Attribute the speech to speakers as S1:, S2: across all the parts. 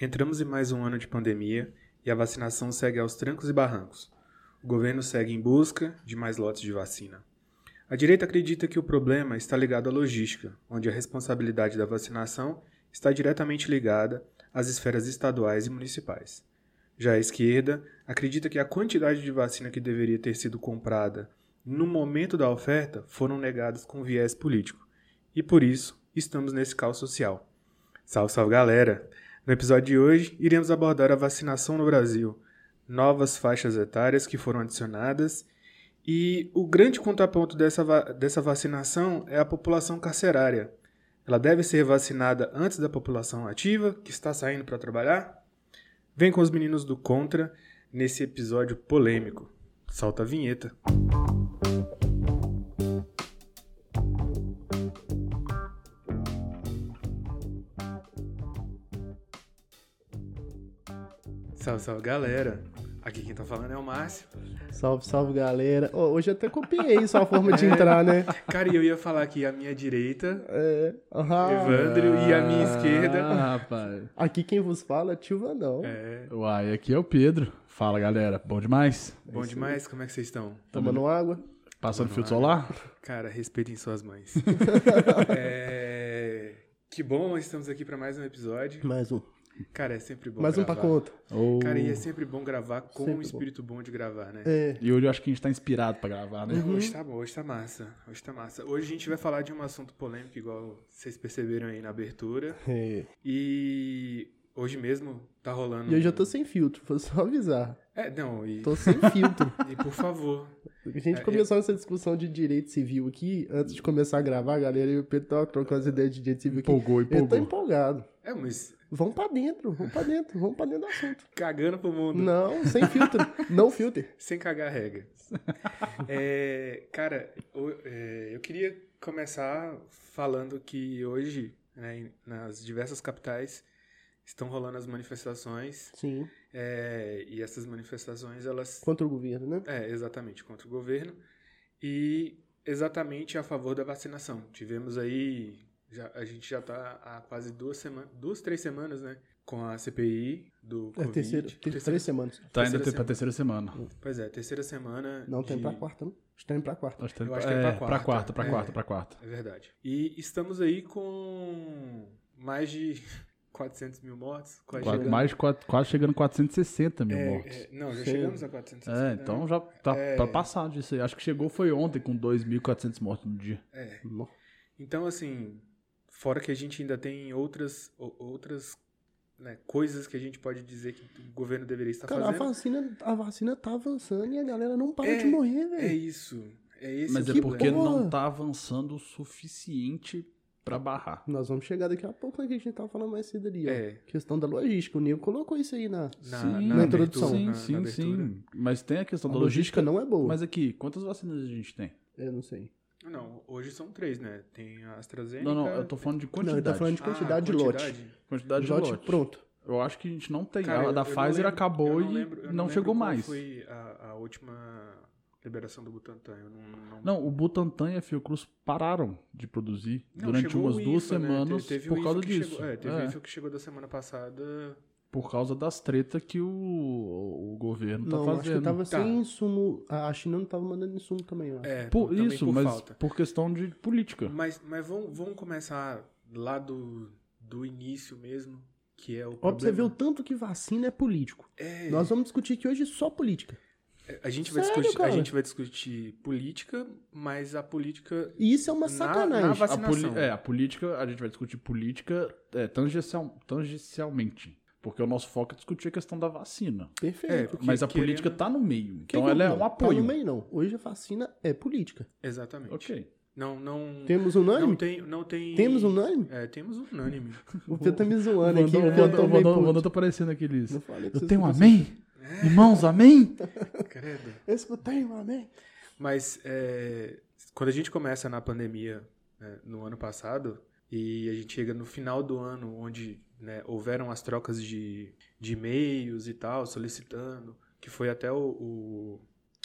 S1: Entramos em mais um ano de pandemia e a vacinação segue aos trancos e barrancos. O governo segue em busca de mais lotes de vacina. A direita acredita que o problema está ligado à logística, onde a responsabilidade da vacinação está diretamente ligada às esferas estaduais e municipais. Já a esquerda acredita que a quantidade de vacina que deveria ter sido comprada no momento da oferta foram negadas com viés político. E por isso estamos nesse caos social. Salve, salve galera! No episódio de hoje iremos abordar a vacinação no Brasil, novas faixas etárias que foram adicionadas e o grande contraponto dessa, va dessa vacinação é a população carcerária. Ela deve ser vacinada antes da população ativa, que está saindo para trabalhar? Vem com os meninos do Contra nesse episódio polêmico. Solta a vinheta. Salve, salve galera! Aqui quem tá falando é o Márcio.
S2: Salve, salve, galera. Ô, hoje eu até copiei só a forma
S1: É.
S2: de entrar, né?
S1: Cara, e eu ia falar aqui a minha direita,
S2: É. Ah,
S1: Evandro, e a minha
S3: Ah,
S1: esquerda.
S3: rapaz.
S2: Aqui quem vos fala é tio Vandão.
S1: É,
S3: Uai, aqui é o Pedro. Fala, galera. Bom demais.
S1: bom demais, como é que vocês estão?
S2: Tomando água.
S3: Passando
S1: Mano,
S3: filtro
S1: olha.
S3: solar?
S1: Cara, respeitem suas mães. É, Que bom, estamos aqui para mais um episódio.
S2: Mais um.
S1: Cara, é sempre bom.
S2: Mais um pra
S1: gravar.
S2: conta.
S3: Ou-
S1: Cara, e é sempre bom gravar com
S2: Sempre
S1: um
S2: bom.
S1: espírito bom. de gravar, né?
S2: É. Uhum.
S3: E hoje eu acho que a gente tá inspirado pra gravar, né?
S1: Hoje tá bom, hoje tá massa. Hoje tá massa. Hoje a gente vai falar de um assunto polêmico, igual vocês perceberam aí na abertura.
S2: É.
S1: E hoje mesmo tá rolando.
S2: E hoje
S1: um-
S2: eu tô sem filtro, vou só avisar.
S1: É, não, e,
S2: Tô sem filtro.
S1: e por favor.
S2: A gente
S1: É,
S2: começou essa discussão de direito civil aqui, antes de começar a gravar, a galera, e o Pedro tava trocando as ideias de direito civil aqui.
S3: Empolgou,
S2: Eu tô
S3: empolgou.
S2: empolgado.
S1: É, mas
S2: Vamos pra dentro, vamos pra dentro, vamos pra dentro do assunto.
S1: cagando pro mundo.
S2: Não, sem filtro. Não filtro.
S1: Sem cagar regra. É, cara, o- é, eu queria começar falando que hoje, né, em- nas diversas capitais, estão rolando as manifestações.
S2: Sim.
S1: é, e essas manifestações, elas.
S2: Contra o governo, né?
S1: É, exatamente, contra o governo. E exatamente a favor da vacinação. Tivemos aí. já- a gente já está há quase duas semanas, duas, três semanas, né? Com a CPI do
S2: É
S1: Covid.
S2: terceiro, ter- três semanas.
S3: Tá indo
S1: terceira
S3: te- pra
S1: semana.
S3: terceira semana.
S1: Pois é, terceira semana.
S2: Não, tem
S1: de-
S2: pra quarta, não? Está indo pra quarta.
S3: Nós tá indo
S1: Eu acho que é pra quarta.
S3: pra quarta, pra
S1: É.
S3: quarta, pra quarta.
S1: É verdade. E estamos aí com mais de 400 mil mortos. Quase
S3: Quase-
S1: chegando.
S3: mais de quatro, quase chegando a 460 mil
S1: É,
S3: mortos.
S1: é, não, já
S2: Sim.
S1: chegamos a 400
S3: É, então já tá
S1: É.
S3: pra passar disso aí. Acho que chegou foi ontem com 2.400 mortos no dia.
S1: É.
S2: Não.
S1: Então, assim, fora que a gente ainda tem outras, o- outras né, coisas que a gente pode dizer que o governo deveria estar
S2: Cara, a
S1: Tá fazendo.
S2: vacina, a vacina tá avançando e a galera não para
S1: É,
S2: de morrer,
S1: É
S2: velho.
S1: isso. É esse
S3: Mas
S1: o
S3: é
S2: que
S3: porque
S1: problema.
S2: porra.
S3: não tá avançando o suficiente pra barrar.
S2: Nós vamos chegar daqui a pouco, né, que a gente tava falando mais cedo ali, ó.
S1: É.
S2: Questão da logística, o Nil colocou isso aí na...
S1: Na,
S3: sim,
S1: na
S2: na
S1: abertura,
S2: introdução.
S3: Sim,
S1: na- na
S3: sim,
S1: abertura.
S3: sim. Mas tem a questão
S2: A
S3: da
S2: logística
S3: logística.
S2: não é boa.
S3: Mas aqui, quantas vacinas a gente tem?
S2: Eu não sei.
S1: Não, hoje são três, né? Tem a AstraZeneca.
S3: Não, não, eu tô falando de
S2: Não,
S3: quantidade. Ah.
S2: ele tá falando de
S1: Ah,
S2: quantidade de lote.
S1: quantidade?
S3: Quantidade de
S2: Lote
S3: lote.
S2: pronto.
S3: Eu acho que a gente não tem.
S1: Cara,
S3: a
S1: eu-
S3: da
S1: eu não
S3: Pfizer
S1: lembro-
S3: acabou
S1: eu
S3: e
S1: lembro- eu
S3: não,
S1: lembro
S3: chegou
S1: qual
S3: mais.
S1: Foi a, a última liberação do Butantan. Eu não, não,
S3: Não, o Butantan e a Fiocruz pararam de produzir
S1: Não,
S3: durante
S1: chegou
S3: umas
S1: o
S3: duas
S1: IFA, né?
S3: semanas
S1: Te- teve o
S3: por
S1: IFA
S3: causa
S1: que
S3: disso.
S1: Chegou, é, teve
S3: É,
S1: o IFA que chegou da semana passada.
S3: por causa das tretas que o, o governo
S2: Não,
S3: tá
S2: acho que
S3: fazendo.
S2: tava
S1: Tá.
S2: sem insumo. A China não tava mandando insumo também, ó.
S1: É,
S3: Por
S1: também
S3: isso,
S1: por
S3: mas
S1: falta. Uhum.
S3: por questão de política.
S1: Mas, mas vamos, vamos começar lá do, do início mesmo, que é o
S2: Ó, pra você ver o
S1: problema.
S2: tanto que vacina é político.
S1: É,
S2: Nós vamos discutir aqui hoje só política.
S1: a, gente vai
S2: Sério,
S1: discutir, a
S2: cara?
S1: gente vai discutir política, mas a política...
S2: E isso é uma
S1: Na-
S2: sacanagem.
S1: na vac-
S3: A
S1: Vacinação.
S3: poli- é, a política, a gente vai discutir política é, tangencial- tangencialmente. Porque o nosso foco é discutir a questão da vacina.
S2: Perfeito.
S1: Porque
S3: Mas a
S1: querendo-
S3: política tá no meio.
S2: Que
S3: Então
S2: que
S3: ela é
S2: não?
S3: um apoio.
S2: Tá no meio, não. Hoje a vacina é política.
S1: Exatamente.
S3: Ok.
S1: Não, não...
S2: Temos
S1: Não
S2: unânime?
S1: tem, não tem...
S2: Temos unânime?
S1: É, temos unânime.
S2: O Pedro tá me
S3: O
S2: zoando aqui.
S3: Vandão- o
S2: porque eu
S3: Vandão-
S2: tô
S3: o
S2: meio
S3: Vandão- o
S2: puto.
S3: Vandão tá parecendo aqueles.
S2: Não falei pra
S3: Eu
S2: vocês É.
S3: tenho
S2: que tá
S3: amém? Irmãos, amém?
S1: Credo.
S2: Eu escutei um amém.
S1: Mas é, quando a gente começa na pandemia né, no ano passado e a gente chega no final do ano onde né, houveram as trocas de, de e-mails e tal, solicitando, que foi até o, o,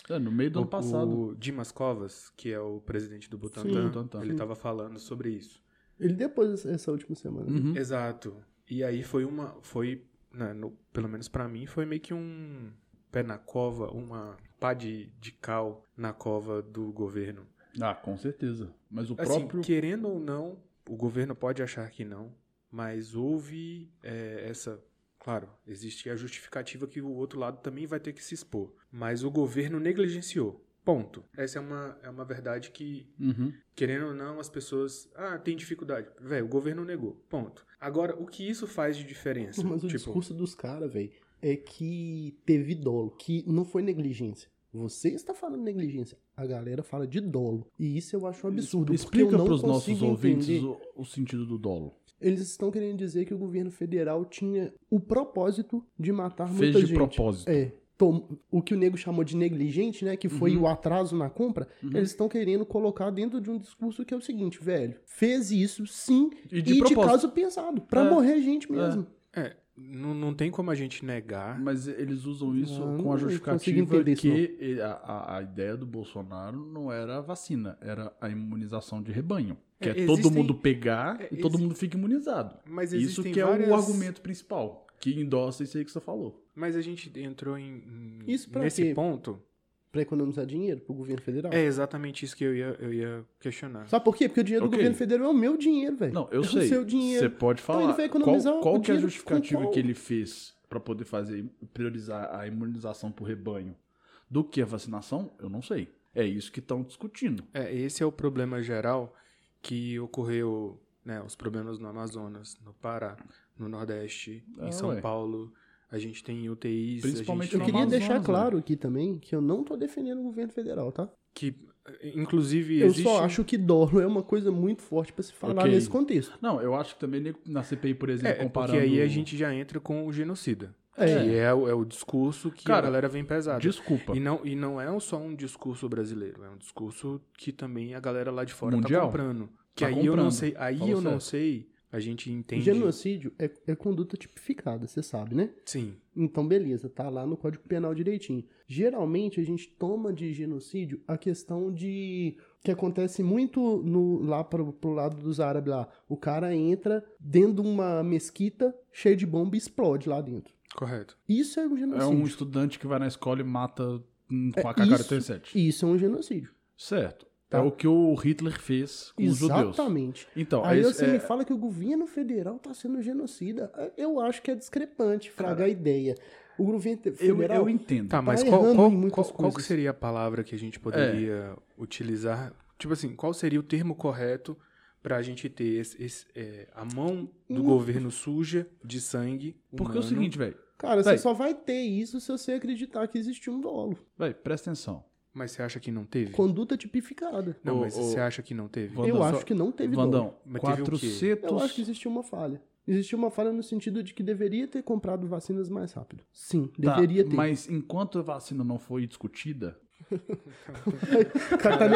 S3: É, no meio do
S1: o,
S3: ano passado.
S1: o Dimas Covas, que é o presidente do
S2: Sim,
S1: Butantan,
S3: Butantan.
S1: ele estava falando sobre isso.
S2: Hum. Ele depois dessa última semana.
S3: Uhum.
S1: Exato. E aí foi uma, foi né, no- pelo menos pra mim, foi meio que um pé na cova, uma pá de, de cal na cova do governo.
S3: Ah, com certeza. Mas o
S1: Assim,
S3: próprio.
S1: querendo ou não, o governo pode achar que não, mas houve é, essa. Claro, existe a justificativa que o outro lado também vai ter que se expor. Mas o governo negligenciou. Ponto. Essa é uma, é uma verdade que,
S3: Uhum.
S1: querendo ou não, as pessoas. Ah, tem dificuldade. Velho, o governo negou. Ponto. Agora, o que isso faz de diferença? Tipo,
S2: Mas o discurso dos caras, velho, é que teve dolo, que não foi negligência. Você está falando negligência, a galera fala de dolo. E isso eu acho um absurdo,
S3: Explica
S2: porque eu não
S3: pros nossos
S2: consigo
S3: ouvintes
S2: entender.
S3: o, o sentido do dolo.
S2: Eles estão querendo dizer que o governo federal tinha o propósito de matar
S3: Fez
S2: muita
S3: de
S2: gente.
S3: propósito.
S2: É. tom- o que o nego chamou de negligente, né? Que foi
S3: Uhum.
S2: o atraso na compra.
S3: Uhum.
S2: Eles estão querendo colocar dentro de um discurso que é o seguinte, velho. Fez isso sim
S3: E
S2: e
S3: de
S2: de,
S3: propósito.
S2: caso pensado. Pra
S3: É.
S2: morrer gente mesmo.
S1: É, não, não tem como a gente negar.
S3: Mas eles usam
S2: Não,
S3: isso com a
S2: não consigo
S3: justificativa
S2: entender isso, não.
S3: que ele- a, a- a ideia do Bolsonaro não era a vacina, era a imunização de rebanho. Que é,
S1: É,
S3: todo
S1: existem-
S3: mundo pegar
S1: é,
S3: e todo
S1: exi-
S3: mundo fica imunizado.
S1: Mas
S3: Isso
S1: existem
S3: que é
S1: várias-
S3: o argumento principal, que endossa isso aí que você falou.
S1: Mas a gente entrou em, em-
S2: Isso pra
S1: nesse
S2: quê?
S1: ponto.
S2: Pra economizar dinheiro pro governo federal.
S1: É exatamente isso que eu ia, eu ia questionar.
S2: Sabe por quê? Porque o dinheiro
S3: Ok.
S2: do governo federal é o meu dinheiro, velho.
S3: Não, eu
S2: É
S3: sei.
S2: O seu dinheiro.
S3: Você pode
S1: Então
S3: falar.
S2: ele vai economizar
S3: qual
S2: o
S3: qual que é a
S2: dinheiro com
S3: justificativa
S2: qual?
S3: que ele fez para poder fazer priorizar a imunização pro rebanho do que a vacinação? Eu não sei. É isso que estão discutindo.
S1: É, esse é o problema geral que ocorreu, né, os problemas no Amazonas, no Pará, no Nordeste,
S3: Ah,
S1: em São
S3: ué.
S1: Paulo. A gente tem UTIs, a
S3: Principalmente
S1: gente tem-
S2: Eu
S3: no
S2: queria
S3: Amazonas,
S2: deixar
S3: velho.
S2: claro aqui também que eu não tô defendendo o governo federal, tá?
S1: que inclusive
S2: eu
S1: existe
S2: só acho que dolo é uma coisa muito forte pra se falar
S3: Ok.
S2: nesse contexto.
S3: Não, eu acho que também nego- na CPI, por exemplo,
S1: é, porque
S3: comparando.
S1: aí a gente já entra com o genocida.
S2: É.
S1: Que é o, é o discurso que
S3: Cara,
S1: a galera vem pesada.
S3: Desculpa.
S1: E não, e não é só um discurso brasileiro, é um discurso que também a galera lá de fora
S3: Mundial?
S1: tá comprando. Que
S3: Tá
S1: aí eu não
S3: comprando,
S1: sei, aí
S3: falou
S1: eu não
S3: certo.
S1: sei, a gente entende.
S2: Genocídio é, é conduta tipificada, você sabe, né?
S1: Sim.
S2: Então, beleza, tá lá no Código Penal direitinho. Geralmente, a gente toma de genocídio a questão de. que acontece muito no, lá pro, pro lado dos árabes lá. O cara entra dentro de uma mesquita cheia de bomba e explode lá dentro.
S1: Correto.
S2: Isso é um
S3: É
S2: genocídio.
S3: um estudante que vai na escola e mata hum, com
S2: É,
S3: a
S2: isso-
S3: AK-47.
S2: Isso é um genocídio.
S3: Certo.
S2: Tá.
S3: É o que o Hitler fez com os judeus.
S2: Exatamente.
S3: Então,
S2: Aí
S3: é isso-
S2: você
S3: é-
S2: me fala que o governo federal tá sendo genocida. Eu acho que é discrepante, fraga a ideia. O governo te-
S3: eu,
S2: federal.
S3: eu entendo.
S1: Tá, mas
S2: tá
S1: qual,
S2: errando
S1: qual,
S2: em muitas
S1: qual, qual que
S2: coisas. É.
S1: seria a palavra que a gente poderia utilizar? Tipo assim, qual seria o termo correto pra gente ter esse- esse, é, a mão do
S2: Hum.
S1: governo suja de sangue
S3: Porque é o
S1: humano?
S3: seguinte, velho.
S2: Cara, você
S3: Véi.
S2: só vai ter isso se você acreditar que existiu um dolo.
S3: Velho, presta atenção.
S1: Mas você acha que não teve?
S2: Conduta tipificada.
S1: Não,
S3: Ô,
S1: mas
S3: ô,
S1: você acha que não teve?
S3: Vandão,
S2: eu
S3: só- um
S2: acho que não teve dolo.
S3: Vandão,
S1: Mas teve o quê?
S3: 400...
S2: Eu acho que existiu uma falha. Existiu uma falha no sentido de que deveria ter comprado vacinas mais rápido. Sim,
S3: Tá,
S2: deveria ter.
S3: Mas enquanto a vacina não foi discutida,
S2: O cara tá
S3: Assim,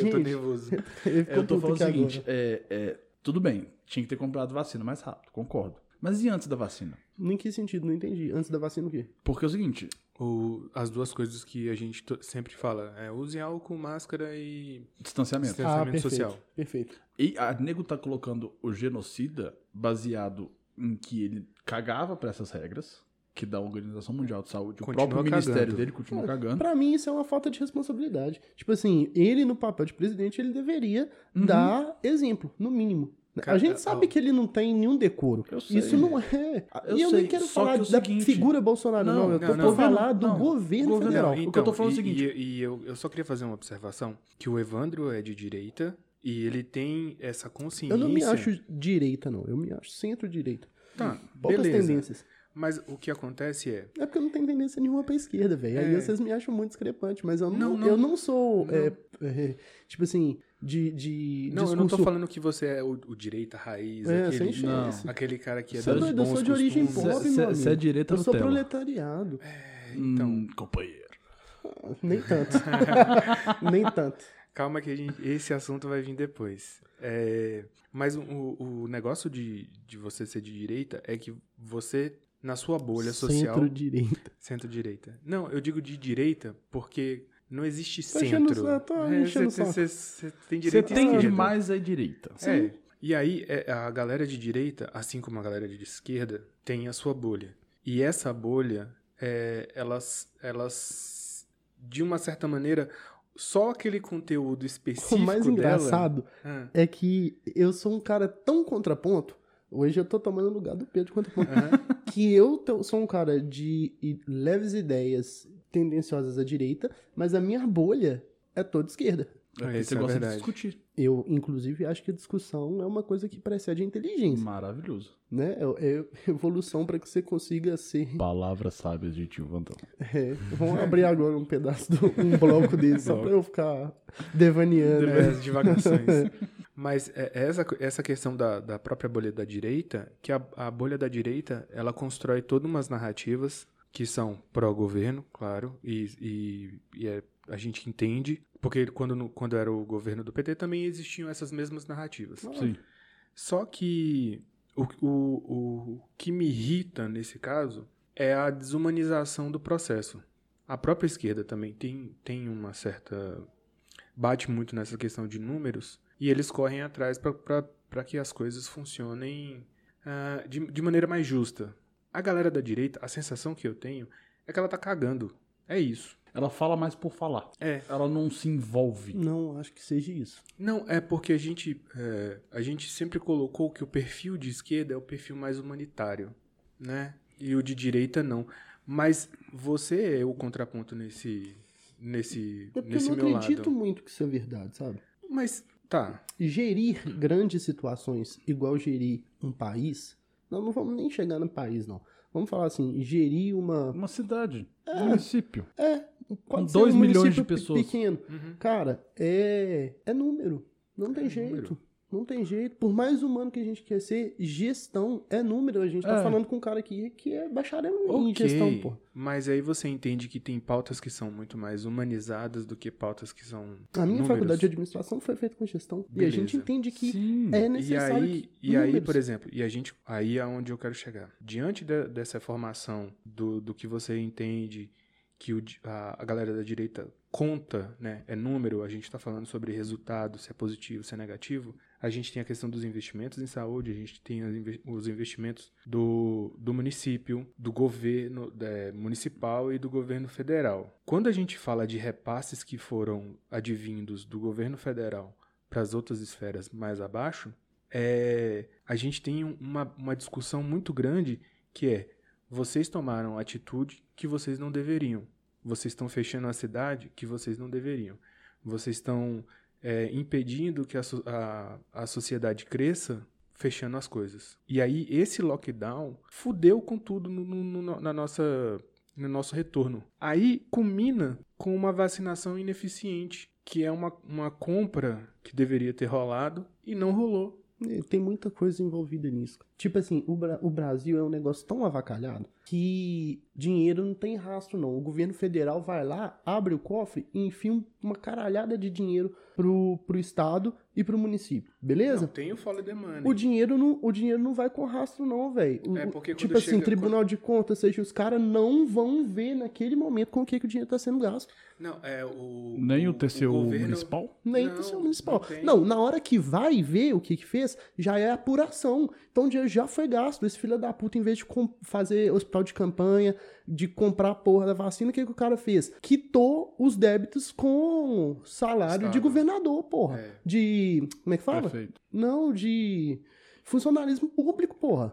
S1: Eu tô
S2: gente.
S1: nervoso.
S2: Ele
S3: eu
S2: ficou
S3: tô
S2: puto
S3: falando
S2: aqui
S3: o
S2: agora.
S3: seguinte, é, é, tudo bem, tinha que ter comprado vacina mais rápido, concordo. Mas e antes da vacina?
S2: Em que sentido? Não entendi. Antes da vacina o quê?
S3: Porque é o seguinte,
S1: O- as duas coisas que a gente to- sempre fala é use álcool, máscara e
S3: distanciamento.
S1: Distanciamento
S2: Ah, perfeito.
S1: social.
S2: Perfeito.
S3: E a nego tá colocando o genocida baseado em que ele cagava pra essas regras, que da Organização Mundial de Saúde,
S1: Continua
S3: o próprio ministério
S1: cagando.
S3: dele continua cagando.
S2: Pra mim, isso é uma falta de responsabilidade. Tipo assim, ele no papel de presidente, ele deveria
S3: Uhum.
S2: dar exemplo, no mínimo.
S1: Cara,
S2: a gente sabe
S1: ó.
S2: que ele não tem nenhum decoro.
S3: Eu sei.
S2: Isso não é.
S3: Eu
S2: e eu
S3: sei,
S2: nem quero
S3: só
S2: falar
S3: que é
S2: da
S3: o seguinte-
S2: figura Bolsonaro, não.
S3: Não,
S2: eu
S1: não,
S2: tô
S1: não.
S2: pra falar do
S3: Não,
S2: governo
S3: governo
S2: federal.
S3: O que eu tô falando é o
S1: então, e-
S3: seguinte.
S1: E, e eu, eu só queria fazer uma observação: que o Evandro é de direita e ele tem essa consciência.
S2: Eu não me acho direita, não. Eu me acho centro-direita.
S1: Tá,
S2: Poucas
S1: beleza.
S2: tendências.
S1: Mas o que acontece é.
S2: É porque eu não tenho tendência nenhuma pra esquerda, velho. Aí
S1: É.
S2: vocês me acham muito discrepante, mas eu
S1: Não,
S2: não,
S1: não.
S2: eu não sou,
S1: Não.
S2: é, é, tipo assim, de, de
S1: Não, eu não tô
S2: discurso
S1: falando que você é o, o direita raiz,
S2: É, sem
S1: aquele,
S2: chance.
S1: aquele cara que é
S3: Você é
S1: dos
S2: doido, eu
S1: bons
S2: sou de origem
S1: costumes.
S2: pobre.
S3: Você
S2: meu
S3: é,
S2: amigo.
S3: cê é direita
S2: Eu
S3: no
S2: sou
S3: tela.
S2: proletariado.
S1: É, Então,
S3: Hum, companheiro.
S2: Nem tanto. Nem tanto.
S1: Calma que a gente- esse assunto vai vir depois. É, mas o, o- o negócio de, de você ser de direita é que você, na sua bolha social...
S2: Centro-direita.
S1: Centro-direita. Não, eu digo de direita porque não existe
S2: Tá enchendo o
S1: centro.
S2: saco, tá
S1: É,
S2: enchendo o
S1: cê-
S2: saco.
S1: cê- cê tem
S3: Você
S1: direita e
S3: tem
S1: esquerda.
S3: demais à direita.
S1: É. E aí, é, a galera de direita, assim como a galera de esquerda, tem a sua bolha. E essa bolha, é, elas, elas, de uma certa maneira, só aquele conteúdo específico.
S2: O mais
S1: dela-
S2: engraçado
S1: Ah,
S2: é que eu sou um cara tão contraponto. Hoje eu tô tomando o lugar do Pedro de contraponto.
S1: aham,
S2: que eu te- sou um cara de i- leves ideias tendenciosas à direita, mas a minha bolha é toda esquerda.
S3: É porque
S1: isso
S3: você
S1: é
S3: gosta de
S1: verdade.
S3: discutir.
S2: Eu, inclusive, acho que a discussão é uma coisa que precede a inteligência,
S3: Maravilhoso.
S2: né? É, é evolução para que você consiga ser.
S3: Palavras sábias de tio Vandão.
S2: É, vamos abrir agora um pedaço do um bloco desse, só para eu ficar devaneando. né?
S1: é, as divagações. Mas é, essa, essa questão da, da própria bolha da direita, que a, a bolha da direita, ela constrói todas umas narrativas que são pró-governo, claro, e, e, e é- a gente entende, porque quando, no- quando era o governo do PT também existiam essas mesmas narrativas.
S3: Sim.
S1: Só que o, o, o que me irrita nesse caso é a desumanização do processo. A própria esquerda também tem, tem uma certa. bate muito nessa questão de números e eles correm atrás para que as coisas funcionem ah, de, de maneira mais justa. A galera da direita, a sensação que eu tenho é que ela tá cagando. É isso.
S3: Ela fala mais por falar.
S1: É.
S3: Ela não se envolve.
S2: Não acho que seja isso.
S1: Não, é porque a gente, é, a gente sempre colocou que o perfil de esquerda é o perfil mais humanitário, né? E o de direita não. Mas você é o contraponto nesse nesse
S2: É porque
S1: nesse
S2: eu
S1: meu
S2: não acredito
S1: lado.
S2: muito que isso é verdade, sabe?
S1: Mas tá.
S2: gerir grandes situações igual gerir um país, não, não vamos nem chegar no país, não. Vamos falar assim, gerir uma.
S3: Uma cidade,
S2: É.
S3: um município.
S2: pode ser um
S3: dois milhões
S2: município
S3: de pessoas.
S2: pe- Pequeno.
S1: Uhum.
S2: Cara, é, é número. Não tem
S1: É
S2: jeito.
S1: número.
S2: Não tem jeito. Por mais humano que a gente quer ser, gestão é número. A gente tá
S3: É.
S2: falando com um cara aqui que é bacharel em
S1: Ok.
S2: gestão, pô.
S1: Mas aí você entende que tem pautas que são muito mais humanizadas do que pautas que são
S2: A minha
S1: números.
S2: faculdade de administração foi feita com gestão. E a
S1: Beleza.
S2: gente entende que
S3: Sim.
S2: é
S1: E
S2: necessário.
S1: aí,
S2: que-
S1: e aí,
S2: números.
S1: por exemplo, e a gente, aí é onde eu quero chegar. Diante de- dessa formação do, do que você entende que o di- a, a galera da direita conta, né? É número, a gente está falando sobre resultado, se é positivo, se é negativo. A gente tem a questão dos investimentos em saúde, a gente tem as inve- os investimentos do, do município, do governo eh, municipal e do governo federal. Quando a gente fala de repasses que foram advindos do governo federal para as outras esferas mais abaixo, é, a gente tem um- uma, uma discussão muito grande que é vocês tomaram atitude que vocês não deveriam. Vocês estão fechando a cidade que vocês não deveriam. Vocês estão é, impedindo que a, so- a, a sociedade cresça fechando as coisas. E aí esse lockdown fudeu com tudo no- no- no- na nossa no nosso retorno. Aí culmina com uma vacinação ineficiente, que é uma, uma compra que deveria ter rolado e não rolou.
S2: É, Tem muita coisa envolvida nisso. Tipo assim, o, Bra- o Brasil é um negócio tão avacalhado que dinheiro não tem rastro, não. O governo federal vai lá, abre o cofre e enfia um- uma caralhada de dinheiro pro, pro estado e pro município, beleza?
S1: Não tem o follow the money.
S2: O dinheiro, não, o dinheiro não vai com rastro, não, velho. O-
S1: É,
S2: o-
S1: porque
S2: Tipo
S1: quando
S2: assim,
S1: chega-
S2: Tribunal de Contas, seja, os caras não vão ver naquele momento com o que, que o dinheiro tá sendo gasto.
S1: Não, é o...
S3: Nem o TCU
S1: governo-
S3: municipal.
S2: Nem
S1: Não,
S2: do seu municipal.
S1: não tem.
S2: Não, na hora que vai ver o que, que fez, já é apuração. Então o dinheiro já foi gasto. Esse filho da puta, em vez de com- fazer hospital de campanha, de comprar a porra da vacina, o que, que o cara fez? Quitou os débitos com salário de
S1: Estado.
S2: governador, porra.
S1: É.
S2: De. Como é que fala?
S3: Perfeito.
S2: Não, de. Funcionalismo público, porra.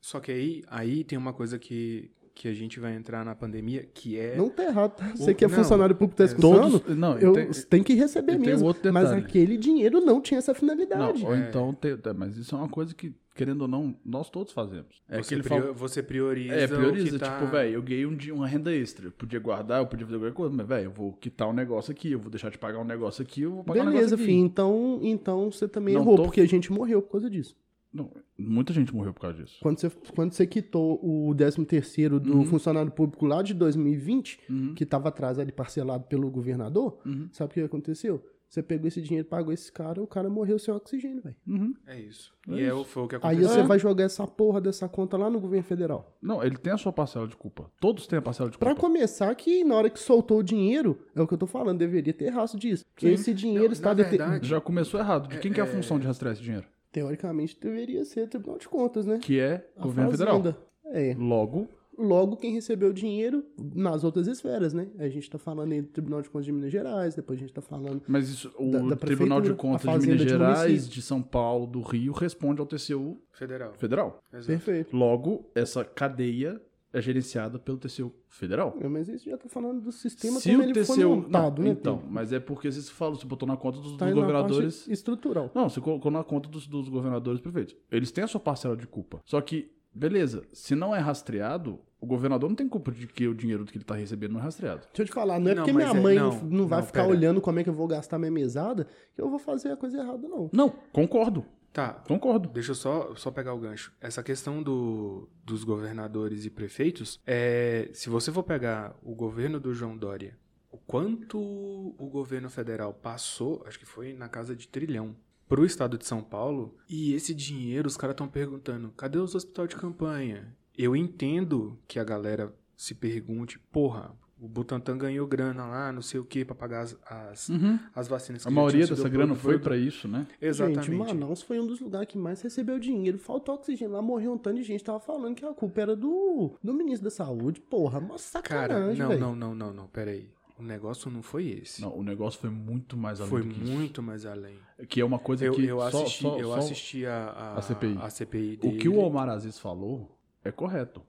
S1: Só que aí, aí tem uma coisa que, que a gente vai entrar na pandemia, que é...
S2: Não tá errado, tá? Você que é
S1: não,
S2: funcionário público tá
S1: é,
S2: escutando,
S3: Não,
S2: eu,
S3: tem-
S2: tem que receber
S3: e tem
S2: mesmo.
S3: outro
S2: mas é
S3: detalhe.
S2: aquele dinheiro não tinha essa
S3: Não,
S2: finalidade.
S3: ou
S1: É.
S3: então, tem- é, mas isso é uma coisa que, querendo ou não, nós todos fazemos. É
S1: você,
S3: aquele
S1: prior-
S3: fal-
S1: você prioriza
S3: É,
S1: o que
S3: prioriza.
S1: tá...
S3: Tipo, velho, eu ganhei um dia uma renda extra. Eu podia guardar, eu podia fazer qualquer coisa, mas, velho, eu vou quitar um negócio aqui, eu vou deixar de pagar um negócio aqui, eu vou pagar um negócio
S2: Beleza,
S3: aqui.
S2: filho. Então, então você também
S3: Não
S2: errou,
S3: tô-
S2: porque a gente morreu por causa disso.
S3: Não, muita gente morreu por causa disso.
S2: Quando você, quando você quitou o 13 terceiro do funcionário público lá de 2020,
S3: Uhum.
S2: que estava atrás ali parcelado pelo governador,
S3: Uhum.
S2: sabe o que aconteceu? Você pegou esse dinheiro, pagou esse cara, o cara morreu sem oxigênio, velho.
S3: Uhum.
S1: É isso.
S3: É
S1: e é,
S3: isso.
S1: o- foi o que
S2: Aí
S1: aconteceu.
S2: você
S3: É.
S2: vai jogar essa porra dessa conta lá no governo federal.
S3: Não, ele tem a sua parcela de culpa. Todos têm a parcela de
S2: Pra
S3: culpa.
S2: começar, que na hora que soltou o dinheiro, é o que eu tô falando, deveria ter raço disso.
S3: Sim.
S2: Esse dinheiro
S1: Não,
S2: está
S1: na
S2: dete-
S1: verdade,
S3: Já começou errado. De quem que é a função de rastrear esse dinheiro?
S2: Teoricamente, deveria ser Tribunal de Contas, né?
S3: Que é
S2: A
S3: governo federal.
S2: Fazenda. É.
S3: Logo,
S2: Logo, quem recebeu o dinheiro nas outras esferas, né? A gente tá falando aí do Tribunal de Contas de Minas Gerais, depois a gente tá falando.
S3: Mas isso, o
S2: Da- da
S3: Tribunal de
S2: Prefeitura, a
S3: Contas de
S2: Fazenda
S3: Minas
S2: de
S3: Gerais,
S2: município.
S3: de São Paulo, do Rio, responde ao TCU
S1: Federal.
S3: federal.
S1: Exato.
S2: Perfeito.
S3: Logo, essa cadeia é gerenciada pelo TCU federal.
S2: É, Mas isso já tá falando do sistema como ele foi montado,
S3: não,
S2: né?
S3: então,
S2: Pedro?
S3: mas é porque você falou, você botou na conta dos,
S2: tá
S3: dos
S2: indo na
S3: governadores.
S2: parte estrutural.
S3: Não, você colocou na conta dos, dos governadores e prefeitos. Eles têm a sua parcela de culpa. Só que, beleza, se não é rastreado, o governador não tem culpa de que o dinheiro que ele tá recebendo não é rastreado.
S2: Deixa eu te falar, não é
S1: Não,
S2: porque
S1: mas
S2: minha
S1: é-
S2: mãe
S1: não,
S2: não, não vai
S1: não,
S2: ficar
S1: pera.
S2: olhando como é que eu vou gastar minha mesada que eu vou fazer a coisa errada, não.
S3: Não, concordo,
S1: Tá,
S3: concordo.
S1: Deixa eu só, só pegar o gancho. Essa questão do, dos governadores e prefeitos, é, se você for pegar o governo do João Dória, o quanto o governo federal passou, acho que foi na casa de trilhão, pro estado de São Paulo, e esse dinheiro os caras estão perguntando, cadê os hospital de campanha? Eu entendo que a galera se pergunte, porra, o Butantan ganhou grana lá, não sei o que, pra pagar as, as,
S3: Uhum.
S1: as vacinas que
S3: A
S1: já tinham
S3: maioria
S1: sido
S3: dessa grana foi
S1: produzidas.
S3: pra isso, né?
S1: Exatamente.
S2: Gente, Manaus foi um dos lugares que mais recebeu dinheiro. Faltou oxigênio lá, morreu um tanto de gente. Tava falando que a culpa era do, do ministro da saúde. Porra, mó
S1: Cara,
S2: sacanagem,
S1: não,
S2: velho.
S1: não, não, não, não, peraí. O negócio não foi esse.
S3: Não, o negócio foi muito mais além
S1: foi
S3: do que isso.
S1: muito mais além.
S3: Que é uma coisa
S1: Eu,
S3: que
S1: eu
S3: só-
S1: assisti,
S3: só-
S1: eu
S3: só-
S1: assisti a, a,
S3: a CPI.
S1: a CPI
S3: O
S1: dele.
S3: que o Omar Aziz falou é correto.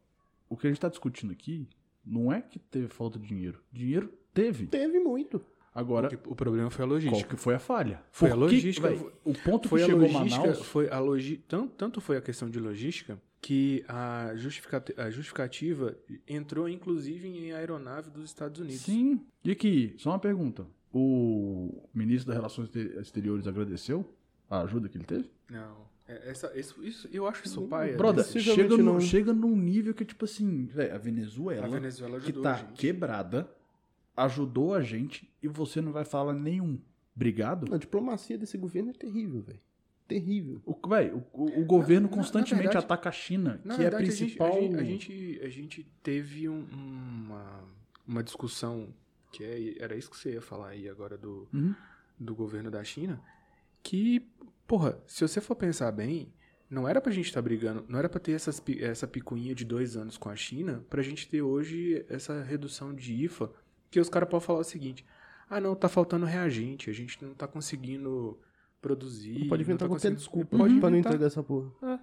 S3: O que a gente tá discutindo aqui não é que teve falta de dinheiro. Dinheiro teve.
S2: Teve muito.
S3: Agora,
S1: O que- tipo, o problema foi a
S3: qual
S1: logística.
S3: que foi a falha?
S1: Foi
S3: Por
S1: a
S3: que-
S1: logística,
S3: véi, o ponto
S1: Foi
S3: que
S1: a
S3: chegou
S1: logística,
S3: Manaus...
S1: foi a logi... tanto, tanto foi a questão de logística que a, justificat- a justificativa entrou inclusive em aeronave dos Estados Unidos.
S3: Sim. E aqui, só uma pergunta. O ministro das Relações Exter- Exteriores agradeceu a ajuda que ele teve?
S1: Não. É, Essa, isso, isso, eu acho isso pai.
S3: Hum,
S1: é
S3: Brother,
S2: Possivelmente
S3: chega, num-
S2: não.
S3: chega num nível que, tipo assim, véi, a Venezuela,
S1: a Venezuela
S3: que
S1: ajudou,
S3: tá
S1: gente.
S3: quebrada, ajudou a gente e você não vai falar nenhum. Obrigado?
S2: A diplomacia desse governo é terrível, velho. Terrível.
S3: O, véi, o, o- o governo
S1: na- na
S3: constantemente
S1: verdade-
S3: ataca a China,
S1: Na
S3: que é a
S1: verdade, a gente- a
S3: principal.
S1: gente- A gente, a gente, teve um- uma, uma discussão que é- era isso que você ia falar aí agora do,
S3: Uhum.
S1: do governo da China, que, porra, se você for pensar bem, não era pra gente estar brigando, não era pra ter essas, pi- essa picuinha de dois anos com a China, pra gente ter hoje essa redução de IFA, que os caras podem falar o seguinte, ah não, tá faltando reagente, a gente não tá conseguindo produzir.
S2: não pode
S1: não tá
S2: inventar qualquer
S1: conseguindo-
S2: desculpa Uhum.
S1: Pode
S2: pra não
S1: inventar.
S2: entregar essa porra.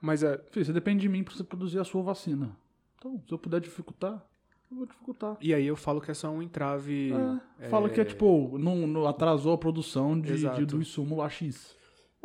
S1: Mas é, a,
S3: Filho, você depende de mim pra você produzir a sua vacina. Então, se eu puder dificultar, eu vou dificultar.
S1: E aí eu falo que é só um entrave.
S2: Ah.
S3: É, Fala que é tipo, não, não atrasou a produção de,
S1: Exato.
S3: de- do insumo AX.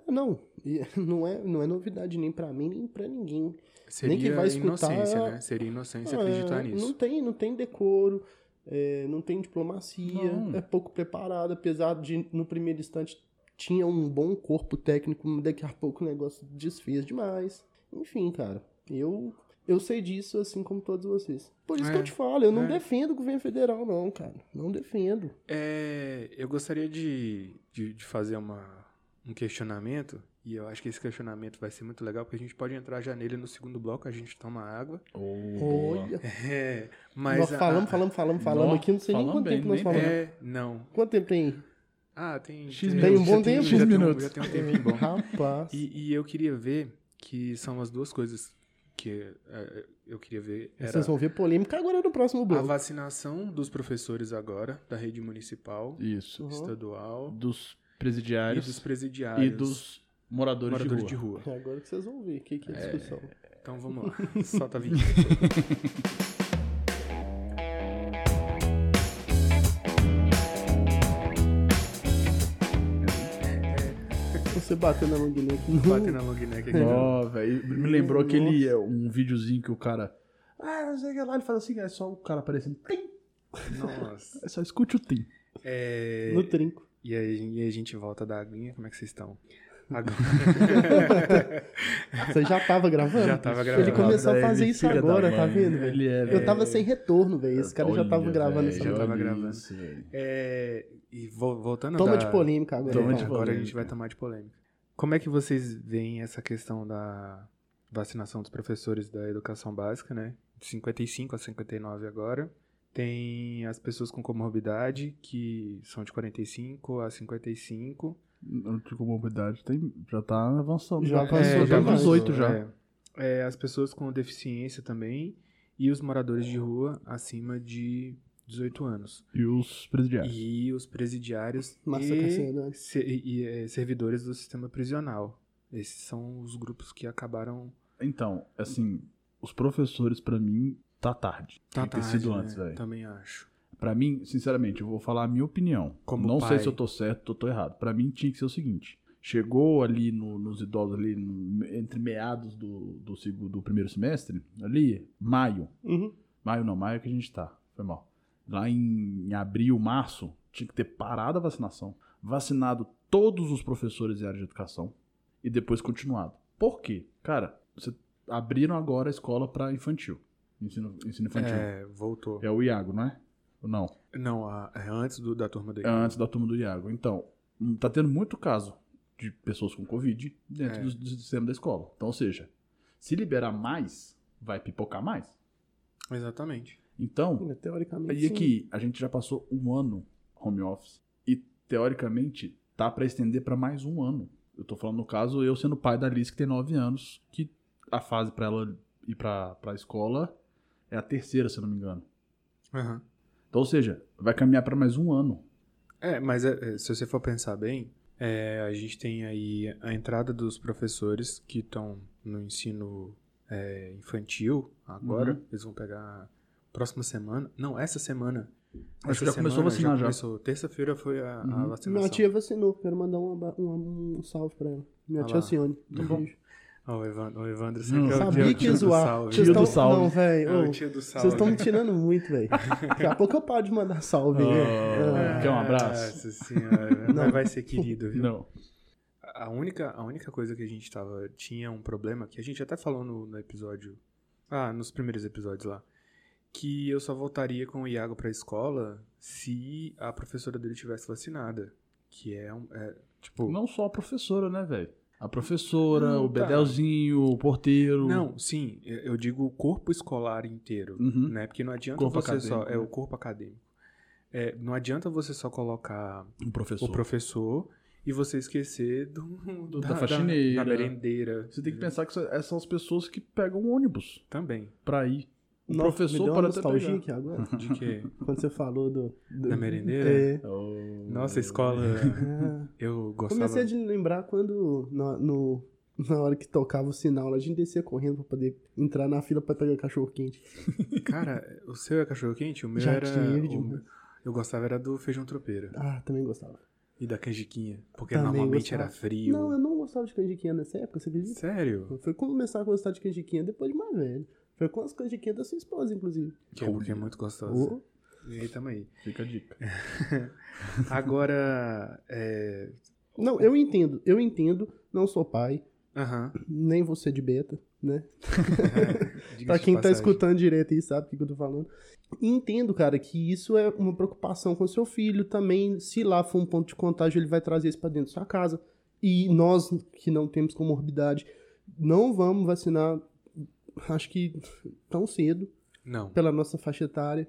S2: É, Não, E não é, não é novidade nem pra mim, nem pra ninguém.
S1: Seria
S2: nem quem vai escutar
S1: inocência,
S2: é-
S1: né? Seria inocência
S2: Ah,
S1: acreditar
S2: é,
S1: nisso.
S2: Não tem, não tem decoro, é, não tem diplomacia,
S3: Não.
S2: é pouco preparado, apesar de no primeiro instante tinha um bom corpo técnico, mas daqui a pouco o negócio desfez demais. Enfim, cara, eu eu sei disso assim como todos vocês. Por isso que
S1: É,
S2: eu te falo, eu não
S1: é.
S2: defendo o governo federal não, cara. Não defendo.
S1: É, eu gostaria de, de, de fazer uma, um questionamento. E eu acho que esse questionamento vai ser muito legal, porque a gente pode entrar já nele no segundo bloco, a gente toma água.
S3: Oh,
S2: Olha,
S1: É, mas.
S2: nós
S1: a-
S2: falamos, falamos, falamos, falamos
S3: Nó,
S2: aqui, não sei nem
S3: falamos
S2: quanto
S3: bem,
S2: tempo nós
S3: nem
S2: falamos. né?
S1: É, não.
S2: Quanto tempo tem?
S1: Ah, tem.
S3: X
S1: tem-
S2: minutos.
S1: já
S2: Tem um bom
S1: tem-
S2: tempo?
S1: Já tem,
S3: X
S1: um-
S3: minutos.
S1: já tem um tempinho bom.
S2: Rapaz.
S1: E, e eu queria ver que são as duas coisas que eh, eu queria ver. Era
S2: Vocês vão ver polêmica agora no próximo
S1: a
S2: bloco.
S1: vacinação dos professores agora, da rede municipal.
S3: Isso.
S2: Uhum.
S1: estadual
S3: Dos
S1: e
S3: presidiários
S1: dos
S3: e
S1: presidiários
S3: dos moradores,
S1: moradores
S3: de
S1: de
S3: rua.
S1: rua.
S2: É Agora que vocês vão ver o que, que é a discussão.
S1: Então vamos lá, solta a vinheta.
S2: Você bateu na manguinha aqui.
S1: Bate na long neck aqui.
S3: Ó, velho, me lembrou aquele é, um videozinho que o cara. Ah, não sei o que lá, ele fala assim, é só o cara aparecendo. Tim!
S1: Nossa.
S3: É só escute o Tim.
S1: É,
S2: No trinco.
S1: E, aí, e aí a gente volta da aguinha, como é que vocês estão? Agora-
S2: Você já tava gravando?
S1: Já tava
S2: Ele
S1: gravando.
S2: começou a
S3: Velho,
S2: fazer isso
S3: filha da
S2: agora,
S3: mãe.
S2: tá vendo, velho?
S3: Ele é,
S2: Eu
S3: velho.
S2: tava sem retorno, velho. Esse cara já tava
S3: Olha,
S2: gravando
S3: velho,
S2: essa
S1: já
S2: merda.
S1: tava
S3: olha
S1: gravando.
S3: isso, velho.
S1: é, e vo- voltando
S2: Toma
S1: da-
S2: de polêmica agora.
S3: Toma
S1: É,
S3: de
S2: então.
S1: agora a gente
S3: polêmica.
S1: vai tomar de polêmica. Como é que vocês veem essa questão da vacinação dos professores da educação básica, né? De 55 a 59 agora. Tem as pessoas com comorbidade, que são de 45 a 55.
S3: Não tem comorbidade, tem, já tá avançando.
S2: Já
S3: Já
S2: avançou
S3: passou
S2: já
S3: até
S2: demais.
S3: os 18 já.
S1: É. É, as pessoas com deficiência também. e os moradores de rua acima de 18 anos.
S3: E os presidiários.
S1: E os presidiários
S2: Massa né?
S1: e,
S2: Cassiano.
S1: se- e, eh, servidores do sistema prisional. Esses são os grupos que acabaram.
S3: Então, assim, os professores, pra mim, tá tarde.
S1: Tá
S3: Tem que ter
S1: tarde,
S3: sido
S1: né?
S3: antes, velho.
S1: Também acho.
S3: Pra mim, sinceramente, eu vou falar a minha opinião.
S1: Como
S3: não
S1: pai.
S3: sei se eu tô certo ou tô errado. Pra mim tinha que ser o seguinte. Chegou ali no- nos idosos, ali no- entre meados do, do, segu- do primeiro semestre, ali, maio.
S2: Uhum.
S3: Maio não, maio que a gente tá. Foi mal. Lá em, em abril, março, tinha que ter parado a vacinação. Vacinado todos os professores e área de educação. E depois continuado. Por quê? Cara, você abriram agora a escola pra infantil. Ensino, ensino infantil. É...
S1: É, voltou.
S3: é o Iago, não é? Ou não?
S1: Não, a- é antes do- da turma do
S3: É antes da turma do Iago. Então, hum, tá tendo muito caso de pessoas com Covid dentro
S1: É.
S3: do, do sistema da escola. Então, ou seja, se liberar mais, vai pipocar mais. Ah.
S1: Exatamente.
S3: Então,
S2: Teoricamente.
S3: e
S2: sim.
S3: aqui, a gente já passou um ano home office e, teoricamente, tá pra estender pra mais um ano. Eu tô falando, no caso, eu sendo pai da Liz, que tem 9 anos, que a fase pra ela ir pra, pra escola é a terceira, se eu não me engano.
S1: Aham.
S3: Então, ou seja, vai caminhar pra mais um ano.
S1: É, mas é, é, se você for pensar bem, é, a gente tem aí a entrada dos professores que estão no ensino é, infantil agora.
S3: Uhum.
S1: Eles vão pegar próxima semana. Não, essa semana.
S3: Acho que já começou a vacinar já.
S1: começou. Terça-feira foi a, a
S3: Uhum.
S1: vacinação.
S2: Minha tia vacinou. Quero mandar um, aba- um, um salve pra ela. Minha
S1: Ah
S2: tia
S1: lá.
S2: Alcione. Um
S1: Uhum.
S2: beijo.
S1: Ó, o Evandro, o Evandro
S3: Não,
S1: sempre é o
S2: Sabia
S1: tio-
S2: que
S1: tio
S2: ia
S1: do
S2: zoar.
S1: salve.
S2: Vocês
S3: Tio do
S2: tão-
S3: salve.
S2: Não,
S1: É
S2: velho.
S1: o
S2: ô,
S1: tio do salve.
S2: Vocês estão me tirando muito, velho. Daqui a pouco eu paro de mandar salve.
S3: Ah.
S2: né?
S3: Quer um abraço?
S1: É, Nossa senhora,
S2: Não.
S1: não vai ser querido, viu?
S3: Não.
S1: A única, a única coisa que a gente tava. Tinha um problema que a gente até falou no, no episódio. Ah, nos primeiros episódios lá. Que eu só voltaria com o Iago pra escola se a professora dele tivesse vacinada. Que é um. é, tipo.
S3: Não só a professora, né, velho? A professora,
S1: Hum,
S3: o
S1: tá.
S3: Bedelzinho, o porteiro.
S1: Não, sim, eu eu digo o corpo escolar inteiro,
S2: Hum?
S3: Uhum.
S1: né? Porque não adianta
S3: Corpo
S1: você só.
S3: acadêmico,
S1: É
S3: né?
S1: o corpo acadêmico. É, não adianta você só colocar
S3: O professor.
S1: o professor e você esquecer do,
S3: Da faxineira.
S1: Da, merendeira.
S3: Você tem que pensar que isso- essas são as pessoas que pegam o ônibus
S1: Também.
S3: pra ir. O
S2: Ah, Nossa, me
S3: professor
S2: deu uma
S3: para até
S2: nostalgia
S3: pegar.
S2: aqui
S1: De
S2: agora.
S1: que.
S2: Quando você falou do. do
S1: Da merendeira?
S2: É.
S3: Oh.
S1: Nossa, escola.
S2: Ah,
S1: Eu gostava.
S2: Comecei a de lembrar quando, na, no- na hora que tocava o sinal, a gente descia correndo pra poder entrar na fila pra pegar cachorro quente.
S1: Cara, o seu é cachorro quente? O meu
S2: Já
S1: era.
S2: tive
S1: o-
S2: demais.
S1: Eu gostava era do feijão tropeiro
S2: Ah, também gostava.
S1: e da canjiquinha. Porque
S2: Também
S1: normalmente
S2: gostava.
S1: era frio.
S2: Não, eu não gostava de canjiquinha nessa época, você acredita?
S1: Sério?
S2: Foi começar a gostar de canjiquinha depois de mais velho. Foi com as canjiquinhas da sua esposa, inclusive.
S1: Que é porque é muito gostoso.
S2: Ô,
S1: E aí tamo aí.
S3: Fica a dica.
S1: Agora. É.
S2: Não, eu entendo, eu entendo. Não sou pai,
S1: Aham.
S2: nem você de beta, né?
S1: Diga-se
S2: Pra
S1: de
S2: quem tá
S1: passagem.
S2: escutando direito aí, sabe o que que eu tô falando. E Entendo, cara, que isso é uma preocupação com seu filho também. Se lá for um ponto de contágio, ele vai trazer isso pra dentro da sua casa. E nós, que não temos comorbidade, não vamos vacinar, acho que tão cedo,
S1: Não.
S2: pela nossa faixa etária.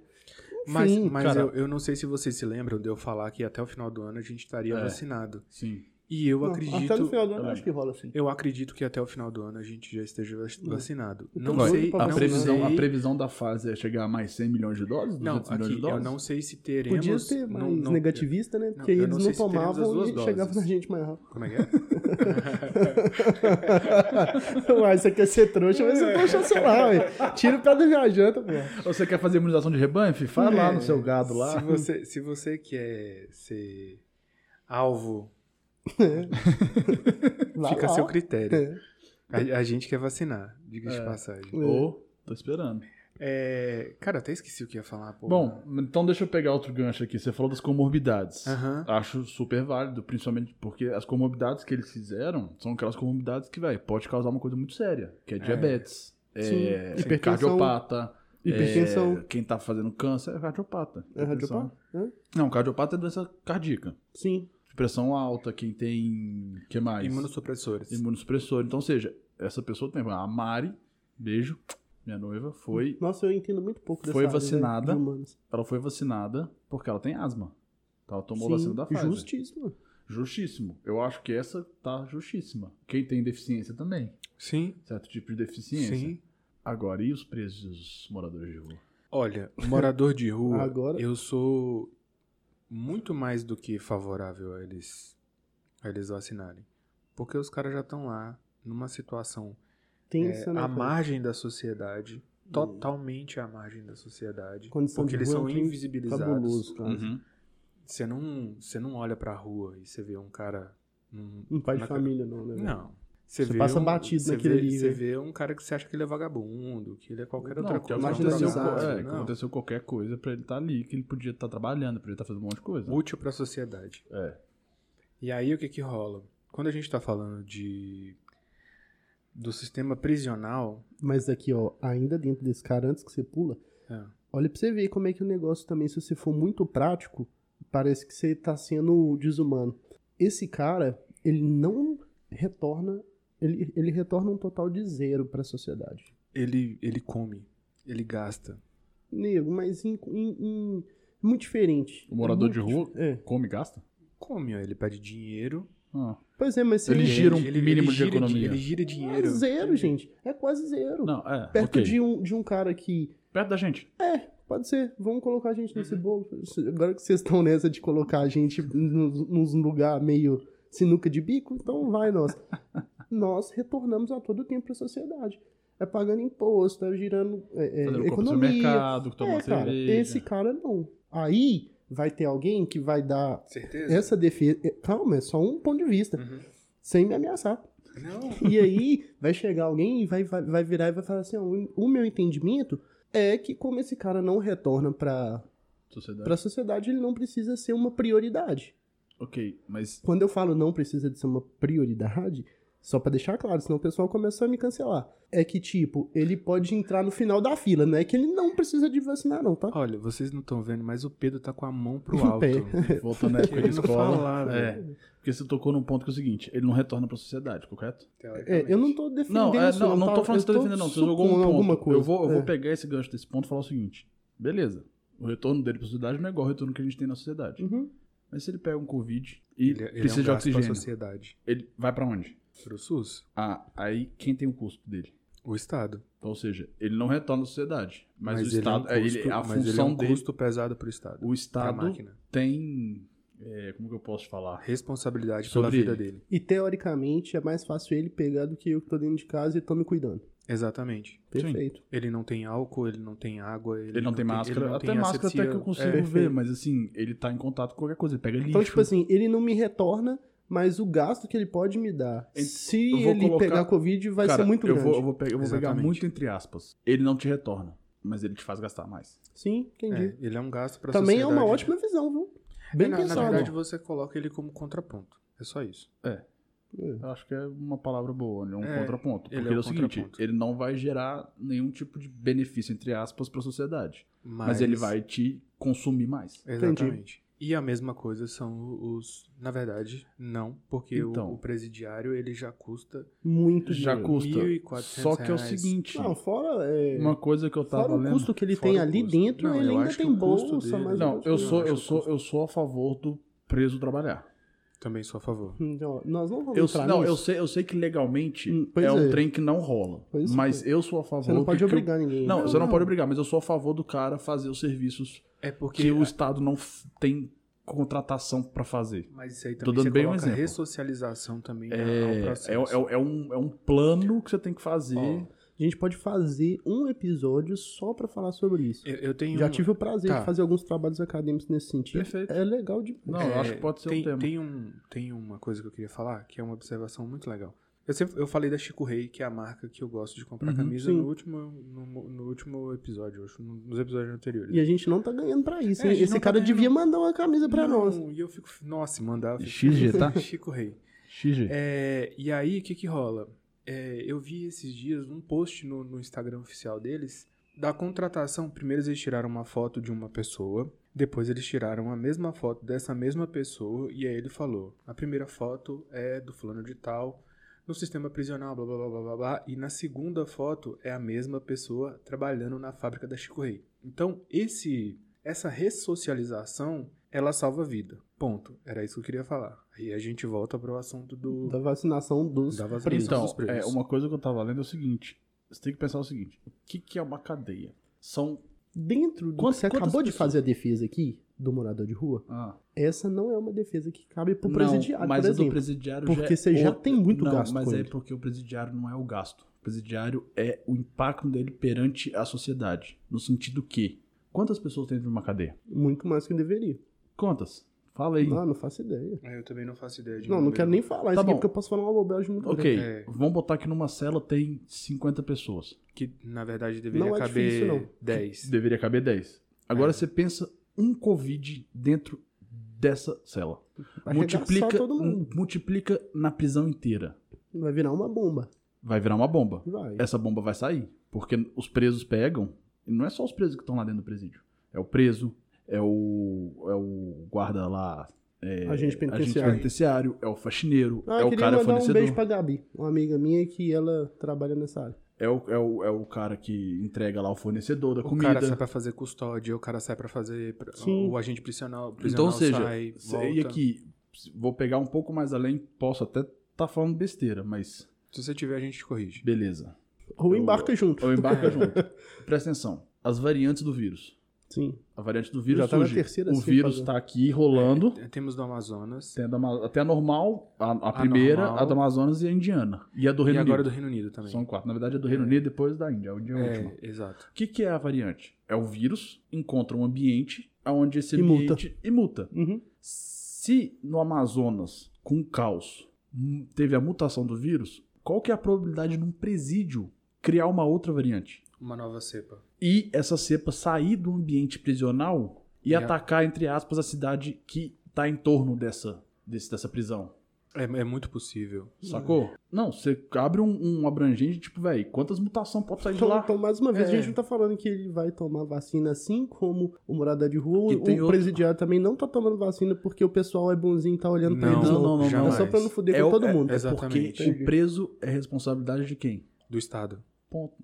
S1: Mas,
S2: Sim,
S1: mas
S3: cara.
S1: eu, eu não sei se vocês se lembram de eu falar que até o final do ano a gente estaria
S3: É.
S1: vacinado.
S3: Sim.
S1: E eu
S2: Não,
S1: acredito.
S2: Até no final do ano,
S3: Ah,
S2: acho que rola assim.
S1: Eu acredito que até o final do ano a gente já esteja vac-
S2: Né.
S1: vacinado.
S2: Eu tô
S1: Não
S2: doido
S1: sei,
S2: pra
S3: A
S1: não
S3: previsão, a
S1: sei-
S3: previsão da fase é chegar a mais 100 milhões de doses?
S1: Não,
S3: 200 milhões
S1: aqui
S3: de
S1: eu
S3: doses?
S1: não sei se teremos.
S2: Podia ser mais
S1: não- não-
S2: negativista, né? Porque
S1: eu
S2: eles
S1: não
S2: não,
S1: sei se teremos as
S2: tomavam
S1: duas
S2: e chegavam
S1: doses.
S2: na gente mais rápido.
S1: Como é que é?
S2: Uai, você quer ser trouxa, mas você é trouxa, sei lá, ué. Tira o pé da minha janta, pô.
S3: Você quer fazer imunização de rebanho? Fi?
S2: Tá
S3: Faz lá
S1: É,
S3: no seu gado lá.
S1: Se você, se você quer ser alvo,
S2: Lá,
S1: fica a
S2: lá.
S1: seu critério.
S2: É.
S1: A, a gente quer vacinar, diga de
S3: É.
S1: passagem.
S3: Ô, tô esperando.
S1: É, cara, até esqueci o que ia falar. Pô.
S3: Bom, então deixa eu pegar outro gancho aqui. Você falou das comorbidades.
S1: Aham.
S3: Acho super válido, principalmente porque as comorbidades que eles fizeram são aquelas comorbidades que, velho, pode causar uma coisa muito séria, que é diabetes, é,
S2: Sim. Hipertensão.
S3: cardiopata,
S2: Hipertensão.
S3: é, quem tá fazendo câncer é cardiopata.
S2: É
S3: Hipertensão.
S2: radiopata? Hã?
S3: Não, cardiopata é doença cardíaca.
S2: Sim.
S3: Pressão alta, quem tem, que mais?
S1: imunossupressores.
S3: Imunossupressor. Então, ou seja, essa pessoa tem, a Mari, beijo, minha noiva, foi,
S2: Nossa, eu entendo muito pouco dessa
S3: Foi
S2: área, né,
S3: vacinada.
S2: de humanos.
S3: ela foi vacinada porque ela tem asma. Então, ela tomou
S2: Sim,
S3: vacina da Pfizer.
S2: Justíssimo.
S3: Justíssimo. Eu acho que essa tá justíssima. Quem tem deficiência também.
S1: Sim,
S3: Certo tipo de deficiência.
S1: sim.
S3: Agora, e os presos e os moradores de rua?
S1: Olha, morador de rua,
S2: Agora-
S1: eu sou muito mais do que favorável a eles, a eles vacinarem. Porque os caras já estão lá, numa situação
S2: Tensa,
S1: é,
S2: né?
S1: à
S2: cara?
S1: margem da sociedade, totalmente à margem da sociedade.
S2: Condição
S1: porque
S2: Hum. de
S1: eles
S2: rua
S1: são
S2: é tudo
S1: invisibilizados.
S2: Cabuloso, cara.
S3: Uhum.
S1: Você não, você não olha pra rua e você vê um cara. num-
S2: Um pai
S1: na-
S2: de família, não, né? velho?
S1: Não. Você,
S2: Você
S1: vê
S2: passa
S1: um,
S2: batido
S1: você
S2: naquilo
S1: vê-
S2: ali,
S1: Você
S2: né?
S1: vê um cara que você acha que ele é vagabundo, que ele é qualquer outra
S3: Não, que
S1: coisa.
S3: aconteceu,
S2: marginalizado,
S3: co- é,
S1: não.
S3: que aconteceu qualquer coisa pra ele estar ali, que ele podia estar trabalhando, podia estar fazendo um monte de coisa.
S1: Útil pra sociedade.
S3: É.
S1: E aí o que que rola? Quando a gente tá falando de do sistema prisional,
S2: Mas aqui, ó, ainda dentro desse cara, antes que você pula,
S1: É.
S2: olha pra você ver como é que o negócio também, se você for muito prático, parece que você tá sendo desumano. Esse cara, ele não retorna, ele, ele retorna um total de zero pra sociedade.
S1: ele ele come, ele gasta.
S2: Nego, mas em, em- em- é muito diferente.
S3: O Um morador
S2: Muito
S3: de rua
S2: dif- É.
S3: come e gasta?
S1: Come, ó, ele pede dinheiro.
S3: Ah.
S2: Pois é, mas se
S3: Ele
S1: e
S3: gira um mínimo de
S1: gira di-
S3: economia.
S1: Ele gira
S2: é
S1: dinheiro.
S2: zero, gente. É quase zero.
S3: Não, é.
S2: Perto
S3: ok.
S2: de, um, de um cara que
S3: Perto da gente.
S2: Pode ser, vamos colocar a gente nesse
S3: Uhum.
S2: bolo. Agora que vocês estão nessa de colocar a gente nos, nos lugar meio sinuca de bico, então vai nós. nós retornamos a todo tempo para a sociedade. É pagando imposto, é girando é, é,
S3: Fazendo compra um no
S2: economia.
S3: mercado,
S2: É,
S3: tomando
S2: cara,
S3: cerveja.
S2: esse cara não. Aí vai ter alguém que vai dar
S1: Certeza?
S2: essa defesa. é, Calma, é só um ponto de vista,
S1: Uhum.
S2: sem me ameaçar.
S1: Não.
S2: E aí vai chegar alguém e vai, vai, vai virar e vai falar assim: ó, o- o meu entendimento é que como esse cara não retorna para
S3: Sociedade.
S2: para a sociedade ele não precisa ser uma prioridade.
S3: Ok, mas
S2: Quando eu falo não precisa de ser uma prioridade, só pra deixar claro, senão o pessoal começa a me cancelar. É que tipo, ele pode entrar no final da fila, não é que ele não precisa de vacinar não, tá?
S1: Olha, vocês não estão vendo, mas o Pedro tá com a mão pro
S2: O
S1: alto.
S2: pé.
S3: voltando à época de
S1: Querendo
S3: escola.
S1: falar,
S3: é,
S1: velho.
S3: porque você tocou num ponto que é o seguinte: ele não retorna pra sociedade, correto?
S2: É, eu não tô defendendo
S3: Não, é,
S2: isso,
S3: não, não
S2: tá?
S3: tô falando que você tá
S2: Eu
S3: defendendo, não. Você jogou um
S2: supondo
S3: ponto.
S2: alguma coisa.
S3: Eu, vou, eu
S2: É.
S3: vou pegar esse gancho desse ponto e falar o seguinte: beleza, o retorno dele pra sociedade não é igual ao retorno que a gente tem na sociedade.
S2: Uhum.
S3: Mas se ele pega um Covid e
S1: Ele, ele
S3: precisa
S1: é um gasto
S3: de
S1: pra
S3: oxigênio,
S1: sociedade.
S3: ele vai pra onde?
S1: Pro SUS?
S3: Ah, aí quem tem o custo dele?
S1: O Estado.
S3: Então, ou seja, ele não retorna à sociedade. Mas, o
S1: ele
S3: Estado.
S1: é um
S3: é,
S1: custo,
S3: ele- a
S1: mas ele é
S3: função
S1: um
S3: dele.
S1: custo pesado pro Estado.
S3: O
S1: pra
S3: Estado
S1: máquina.
S3: tem. é, como que eu posso falar?
S1: Responsabilidade pela
S3: Sobre
S1: vida
S3: ele.
S1: dele.
S2: E teoricamente é mais fácil ele pegar do que eu que tô dentro de casa e tô me cuidando.
S1: Exatamente.
S2: Perfeito.
S1: Ele não tem álcool, ele não tem água, ele,
S3: Ele não tem máscara.
S1: ele não
S3: até
S1: tem
S3: máscara até
S1: asepsia.
S3: que eu consigo
S1: É,
S3: ver, mas assim, ele tá em contato com qualquer coisa. Ele pega lixo.
S2: Então, tipo assim, ele não me retorna, mas o gasto que ele pode me dar,
S3: Ent-
S2: se
S3: eu vou
S2: ele
S3: colocar-
S2: pegar Covid, vai
S3: Cara,
S2: ser muito
S3: eu
S2: grande.
S3: Vou, eu vou, pe- eu vou pegar
S1: Exatamente.
S3: muito entre aspas. Ele não te retorna, mas ele te faz gastar mais.
S2: Sim, entendi.
S1: é, ele é um gasto pra
S2: Também é
S1: sociedade.
S2: uma ótima visão, viu?
S1: É,
S2: Bem
S1: na, na
S2: pensado.
S1: verdade, você coloca ele como contraponto. É só isso.
S3: Eu acho que é uma palavra boa, né? um
S1: É,
S3: contraponto. Porque
S1: ele é
S3: ele
S1: um
S3: é, o seguinte,
S1: contraponto.
S3: ele não vai gerar nenhum tipo de benefício, entre aspas, pra sociedade.
S1: Mas,
S3: Mas, ele vai te consumir mais.
S1: Exatamente. E a mesma coisa são os. Na verdade, não, porque o-
S3: Então.
S1: o, presidiário ele já custa.
S2: Muito
S3: Já
S2: dinheiro.
S3: custa.
S1: 1.400
S3: Só que é o
S1: reais.
S3: seguinte,
S2: Não, fora, é,
S3: uma coisa que eu tava
S2: fora o
S3: lendo...
S2: custo que ele
S1: Fora
S2: tem
S1: o
S2: ali
S1: custo.
S2: dentro,
S1: Não,
S2: ele
S1: eu
S2: ainda
S1: acho
S2: tem
S1: que o custo
S2: bolsa,
S1: dele-
S2: mas...
S3: Não,
S2: outras coisas.
S3: eu sou,
S1: acho
S3: eu
S1: que
S3: sou,
S1: custa.
S3: eu sou a favor do preso trabalhar.
S1: Também sou a favor.
S2: Então, nós não vamos
S3: Eu,
S2: entrar
S3: não,
S2: nisso.
S3: eu sei, eu sei que legalmente
S2: Hum,
S3: é,
S2: pois
S3: um
S2: é.
S3: trem que não rola.
S2: Pois é.
S3: mas eu sou a favor
S2: Você não
S3: do
S2: pode
S3: que o-
S2: obrigar ninguém.
S3: Não, você não pode obrigar, mas eu sou a favor do cara fazer os serviços
S1: É porque.
S3: que, o Estado não f- tem contratação pra fazer.
S1: Mas isso aí
S3: Tô
S1: também
S3: dando
S1: você
S3: bem um
S1: coloca
S3: exemplo.
S1: ressocialização também
S3: É,
S1: ao- ao processo.
S3: é, é- é um, é um plano que você tem que fazer.
S1: Ó,
S2: A gente pode fazer um episódio só pra falar sobre isso.
S1: Eu, eu tenho
S2: Já
S1: um-
S2: tive o prazer
S1: Tá.
S2: de fazer alguns trabalhos acadêmicos nesse sentido.
S3: Perfeito.
S2: É legal de...
S3: Não, eu
S1: É,
S3: acho que pode ser
S1: tem,
S3: um tema.
S1: Tem, um, tem uma coisa que eu queria falar, que é uma observação muito legal. Eu, sempre, eu falei da Chico Rei, que é a marca que eu gosto de comprar
S3: Uhum,
S1: camisa
S2: sim.
S1: no último, no, no último episódio, acho, no- nos episódios anteriores.
S2: E a gente não tá ganhando pra isso.
S1: É, a
S2: hein?
S1: gente
S2: Esse
S1: não tá
S2: cara
S1: ganhando-
S2: devia mandar uma
S3: é
S2: camisa pra
S1: Não,
S2: nós.
S1: E eu fico, nossa, mandava.
S3: XG, tá?
S1: Chico Rei.
S3: XG.
S1: É, e aí, o que que rola? É, eu vi esses dias um post no, no Instagram oficial deles da contratação. Primeiro eles tiraram uma foto de uma pessoa, depois eles tiraram a mesma foto dessa mesma pessoa, e aí ele falou: a primeira foto é do fulano de tal, no sistema prisional, blá blá blá blá blá, blá e na segunda foto é a mesma pessoa trabalhando na fábrica da Chico Rei. Então, esse, essa ressocialização, ela salva vida. Ponto. Era isso que eu queria falar. Aí a gente volta pro assunto do,
S2: Da vacinação dos
S1: Da vacinação.
S2: presos.
S1: são
S3: Então,
S1: os presos.
S3: é, uma coisa que eu tava lendo é o seguinte: Você tem que pensar o seguinte: o que, que é uma cadeia? São.
S2: Dentro do
S3: Quantas-
S2: que você
S3: quantas
S2: acabou de
S3: pessoas?
S2: fazer a defesa aqui, do morador de rua,
S3: Ah,
S2: essa não é uma defesa que cabe pro
S3: não,
S2: presidiário,
S3: mas
S2: por
S3: o do
S2: exemplo.
S3: presidiário já
S2: porque
S3: é
S2: você já
S3: outra-
S2: tem muito
S3: não,
S2: gasto
S3: Mas
S2: com
S3: é
S2: ele.
S3: porque o presidiário não é o gasto. O presidiário é o impacto dele perante a sociedade. No sentido que. Quantas pessoas tem dentro de uma cadeia?
S2: Muito mais que deveria.
S3: Quantas? Fala aí.
S2: Ah, não faço ideia.
S1: É, Eu também não faço ideia de
S2: Não, não
S1: número.
S2: quero nem falar
S3: Tá
S2: isso aqui,
S3: bom.
S2: porque eu posso falar uma bobagem muito grande.
S3: ok,
S1: É.
S3: vamos botar que numa cela tem 50 pessoas.
S1: Que na verdade deveria
S2: Não é
S1: caber
S2: difícil, não.
S1: 10.
S3: Deveria caber 10.
S1: É.
S3: Agora você pensa um Covid dentro dessa cela.
S2: Vai
S3: multiplica, um,
S2: arregaçar todo mundo.
S3: multiplica na prisão inteira.
S2: Vai virar uma bomba.
S3: Vai virar uma bomba.
S2: Vai.
S3: Essa bomba vai sair. Porque os presos pegam. E não é só os presos que estão lá dentro do presídio. É o preso, é o, é o guarda lá. É,
S2: Agente penitenciário.
S3: penitenciário, é o faxineiro,
S2: Ah,
S3: é
S2: eu
S3: o
S2: queria
S3: cara
S2: mandar um
S3: fornecedor.
S2: beijo pra Gabi, uma amiga minha que ela trabalha nessa área.
S3: é, o, é, o, é o cara que entrega lá o fornecedor da
S1: O
S3: comida.
S1: cara sai pra fazer custódia, o cara sai pra fazer. pra-
S2: Sim.
S1: O agente prisional,
S3: Então,
S1: prisional
S3: ou seja,
S1: sai,
S3: se-
S1: volta.
S3: e aqui, vou pegar um pouco mais além, posso até tá falando besteira, mas
S1: Se você tiver, a gente corrige.
S3: beleza.
S2: Ou embarca junto.
S3: Ou embarca junto. Presta atenção. As variantes do vírus.
S2: Sim.
S3: A variante do vírus
S2: Já tá na
S3: surge.
S2: terceira,
S3: o
S2: sim,
S3: vírus
S2: fazer.
S3: tá aqui rolando.
S1: É, Temos do Amazonas
S3: tem a da Ama- Até a normal, a, a primeira,
S1: normal.
S3: a do Amazonas e a indiana. E a do
S1: e
S3: Reino
S1: agora do
S3: Unido. um
S1: Reino Unido também.
S3: São quatro. Na verdade, a do Reino Unido depois da Índia. A Índia é a última.
S1: É, exato.
S3: O que, que é a variante? É o vírus, encontra um ambiente onde esse
S2: E multa.
S3: ambiente. E multa.
S2: Uhum.
S3: Se no Amazonas, com o caos, m- teve a mutação do vírus, qual que é a probabilidade de um presídio criar uma outra variante?
S1: Uma nova cepa.
S3: E essa cepa sair do ambiente prisional e
S1: É.
S3: atacar, entre aspas, a cidade que tá em torno dessa, desse- dessa prisão?
S1: É, é muito possível.
S3: Sacou? Não, você abre um, um abrangente, tipo, velho, quantas mutações pode sair de
S2: Então,
S3: lá?
S2: então, mais uma vez,
S1: É.
S2: a gente não tá falando que ele vai tomar vacina assim como o morador de rua.
S3: E
S2: o
S3: tem outro-
S2: presidiário também não tá tomando vacina porque o pessoal é bonzinho e tá olhando pra
S1: Não,
S2: eles.
S1: não, não,
S2: É
S1: jamais.
S2: só pra não fuder
S3: É
S2: com
S3: o-
S2: todo mundo.
S3: É porque
S1: Exatamente.
S3: o preso é responsabilidade de quem?
S1: Do Estado.
S3: Ponto.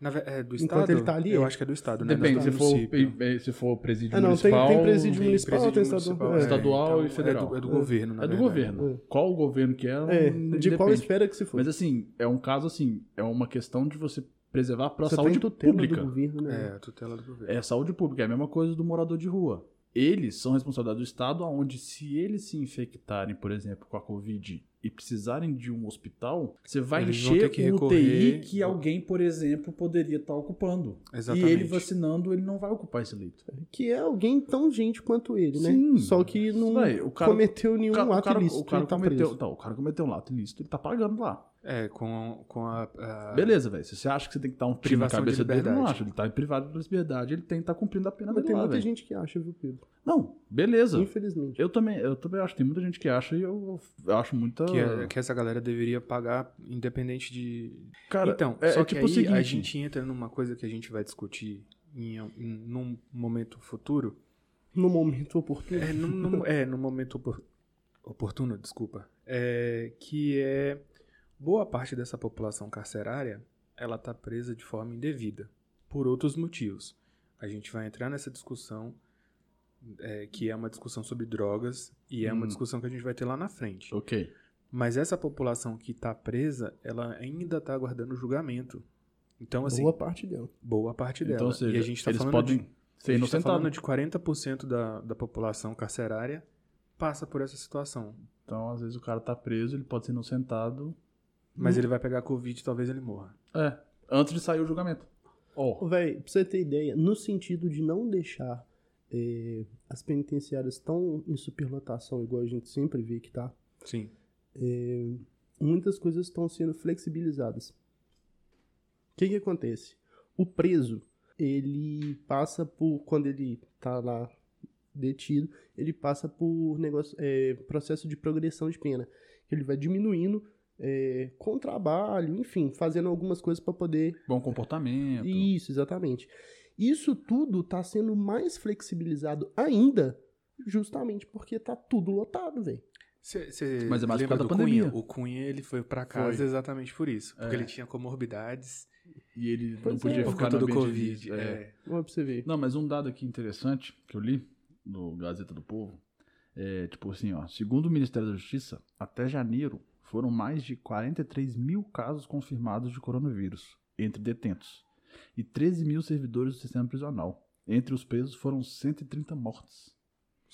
S1: Na ve- é, do
S2: Enquanto
S1: Estado?
S2: ele tá ali,
S1: eu
S2: é.
S1: acho que é do Estado, né?
S3: Depende,
S1: Não
S3: se
S1: é do
S3: for,
S1: município.
S3: eh, se for presídio
S2: Ah, não, tem-
S3: municipal...
S2: tem presídio
S1: Tem
S2: municipal,
S1: presídio
S2: tem estadual,
S1: municipal,
S2: é.
S3: Estadual e
S1: então, é do-
S3: federal.
S1: É do, governo, na
S3: É do
S1: verdade. né?
S3: governo. Qual o governo que é,
S2: É,
S3: não
S2: de qual
S3: depende.
S2: espera que se for.
S3: Mas assim, é um caso assim, é uma questão de você preservar para a
S2: Você tá
S3: é saúde
S2: em tutela
S3: pública.
S2: do governo,
S1: É,
S2: né?
S1: a tutela do governo.
S3: É a saúde pública, é a mesma coisa do morador de rua. Eles são responsabilidade do Estado, aonde se eles se infectarem, por exemplo, com a Covid e precisarem de um hospital, você vai
S1: Eles vão
S3: encher
S1: ter
S3: um
S1: que
S3: o
S1: recorrer-
S3: UTI que alguém, por exemplo, poderia estar ocupando.
S1: Exatamente.
S3: E ele vacinando, ele não vai ocupar esse leito.
S2: Que é alguém tão gente quanto ele, né?
S3: Sim.
S2: Só que não
S3: Véi, o cara-
S2: cometeu nenhum
S3: o cara, o
S2: um ato
S3: cara-
S2: ilícito.
S3: o cara
S2: ele tá
S3: cometeu,
S2: preso.
S3: não, o cara cometeu um ato ilícito, ele tá pagando lá.
S1: É, com, com a, a-
S3: Beleza, velho. Se você acha que você tem que dar um tiro na
S1: Privação de
S3: cabeça dele, eu não
S1: liberdade.
S3: acho. Ele tá privado de liberdade, ele tem que tá cumprindo a
S2: Mas
S3: pena dele
S2: tem
S3: lá,
S2: muita
S3: velho.
S2: gente que acha, viu, Pedro?
S3: Não, beleza.
S2: Infelizmente.
S3: Eu também, eu também acho, tem muita gente que acha e eu, eu acho muita.
S1: que, é- que essa galera deveria pagar independente de...
S3: Cara,
S1: então,
S3: é,
S1: só
S3: é
S1: que
S3: tipo
S1: aí
S3: o seguinte.
S1: a gente entra numa coisa que a gente vai discutir em, em- num momento futuro.
S2: No momento oportuno.
S1: É, num, num- é, num momento opor- oportuno, desculpa. É, que é boa parte dessa população carcerária, ela tá presa de forma indevida, por outros motivos. A gente vai entrar nessa discussão, é, que é uma discussão sobre drogas, e é uma
S3: Hum.
S1: discussão que a gente vai ter lá na frente.
S3: Ok.
S1: Mas essa população que está presa, ela ainda está aguardando julgamento. Então, assim,
S2: Boa
S1: boa,
S2: parte dela.
S1: parte dela.
S3: Então, ou seja,
S1: e a gente está
S3: eles
S1: falando,
S3: podem
S1: de,
S3: ser
S1: a gente tá
S3: inocentados.
S1: falando de 40% da, da população carcerária passa por essa situação.
S3: Então, às vezes o cara tá preso, ele pode ser inocentado.
S1: Mas ele vai pegar Covid e talvez ele morra.
S3: É, antes de sair o julgamento. Ó,
S2: Véi, pra você ter ideia, no sentido de não deixar eh, as penitenciárias tão em superlotação, igual a gente sempre vê que tá, eh,
S1: Sim.
S2: muitas coisas estão sendo flexibilizadas. O que que acontece? O preso, ele passa por, quando ele tá lá detido, ele passa por negócio, eh, processo de progressão de pena. Ele vai diminuindo eh, com trabalho, enfim, fazendo algumas coisas para poder
S3: bom comportamento.
S2: Isso, exatamente. Isso tudo tá sendo mais flexibilizado ainda, justamente porque tá tudo lotado, velho.
S1: Cê- cê
S3: Mas é mais por
S1: lembra
S3: causa
S1: do
S3: da
S1: Cunha?
S3: pandemia.
S1: O Cunha ele foi para casa
S3: Foi.
S1: exatamente por isso. Porque
S3: É.
S1: ele tinha comorbidades
S3: E ele não
S2: Pois
S3: podia
S2: é.
S1: por
S3: ficar
S1: conta
S3: no
S1: do
S3: ambiente
S1: Covid.
S3: de- é.
S1: É.
S2: Olha pra você ver.
S3: Não, mas um dado aqui interessante que eu li no Gazeta do Povo é tipo assim, ó, segundo o Ministério da Justiça, até janeiro foram mais de 43 mil casos confirmados de coronavírus. entre detentos e 13 mil servidores do sistema prisional. Entre os presos foram 130 mortes.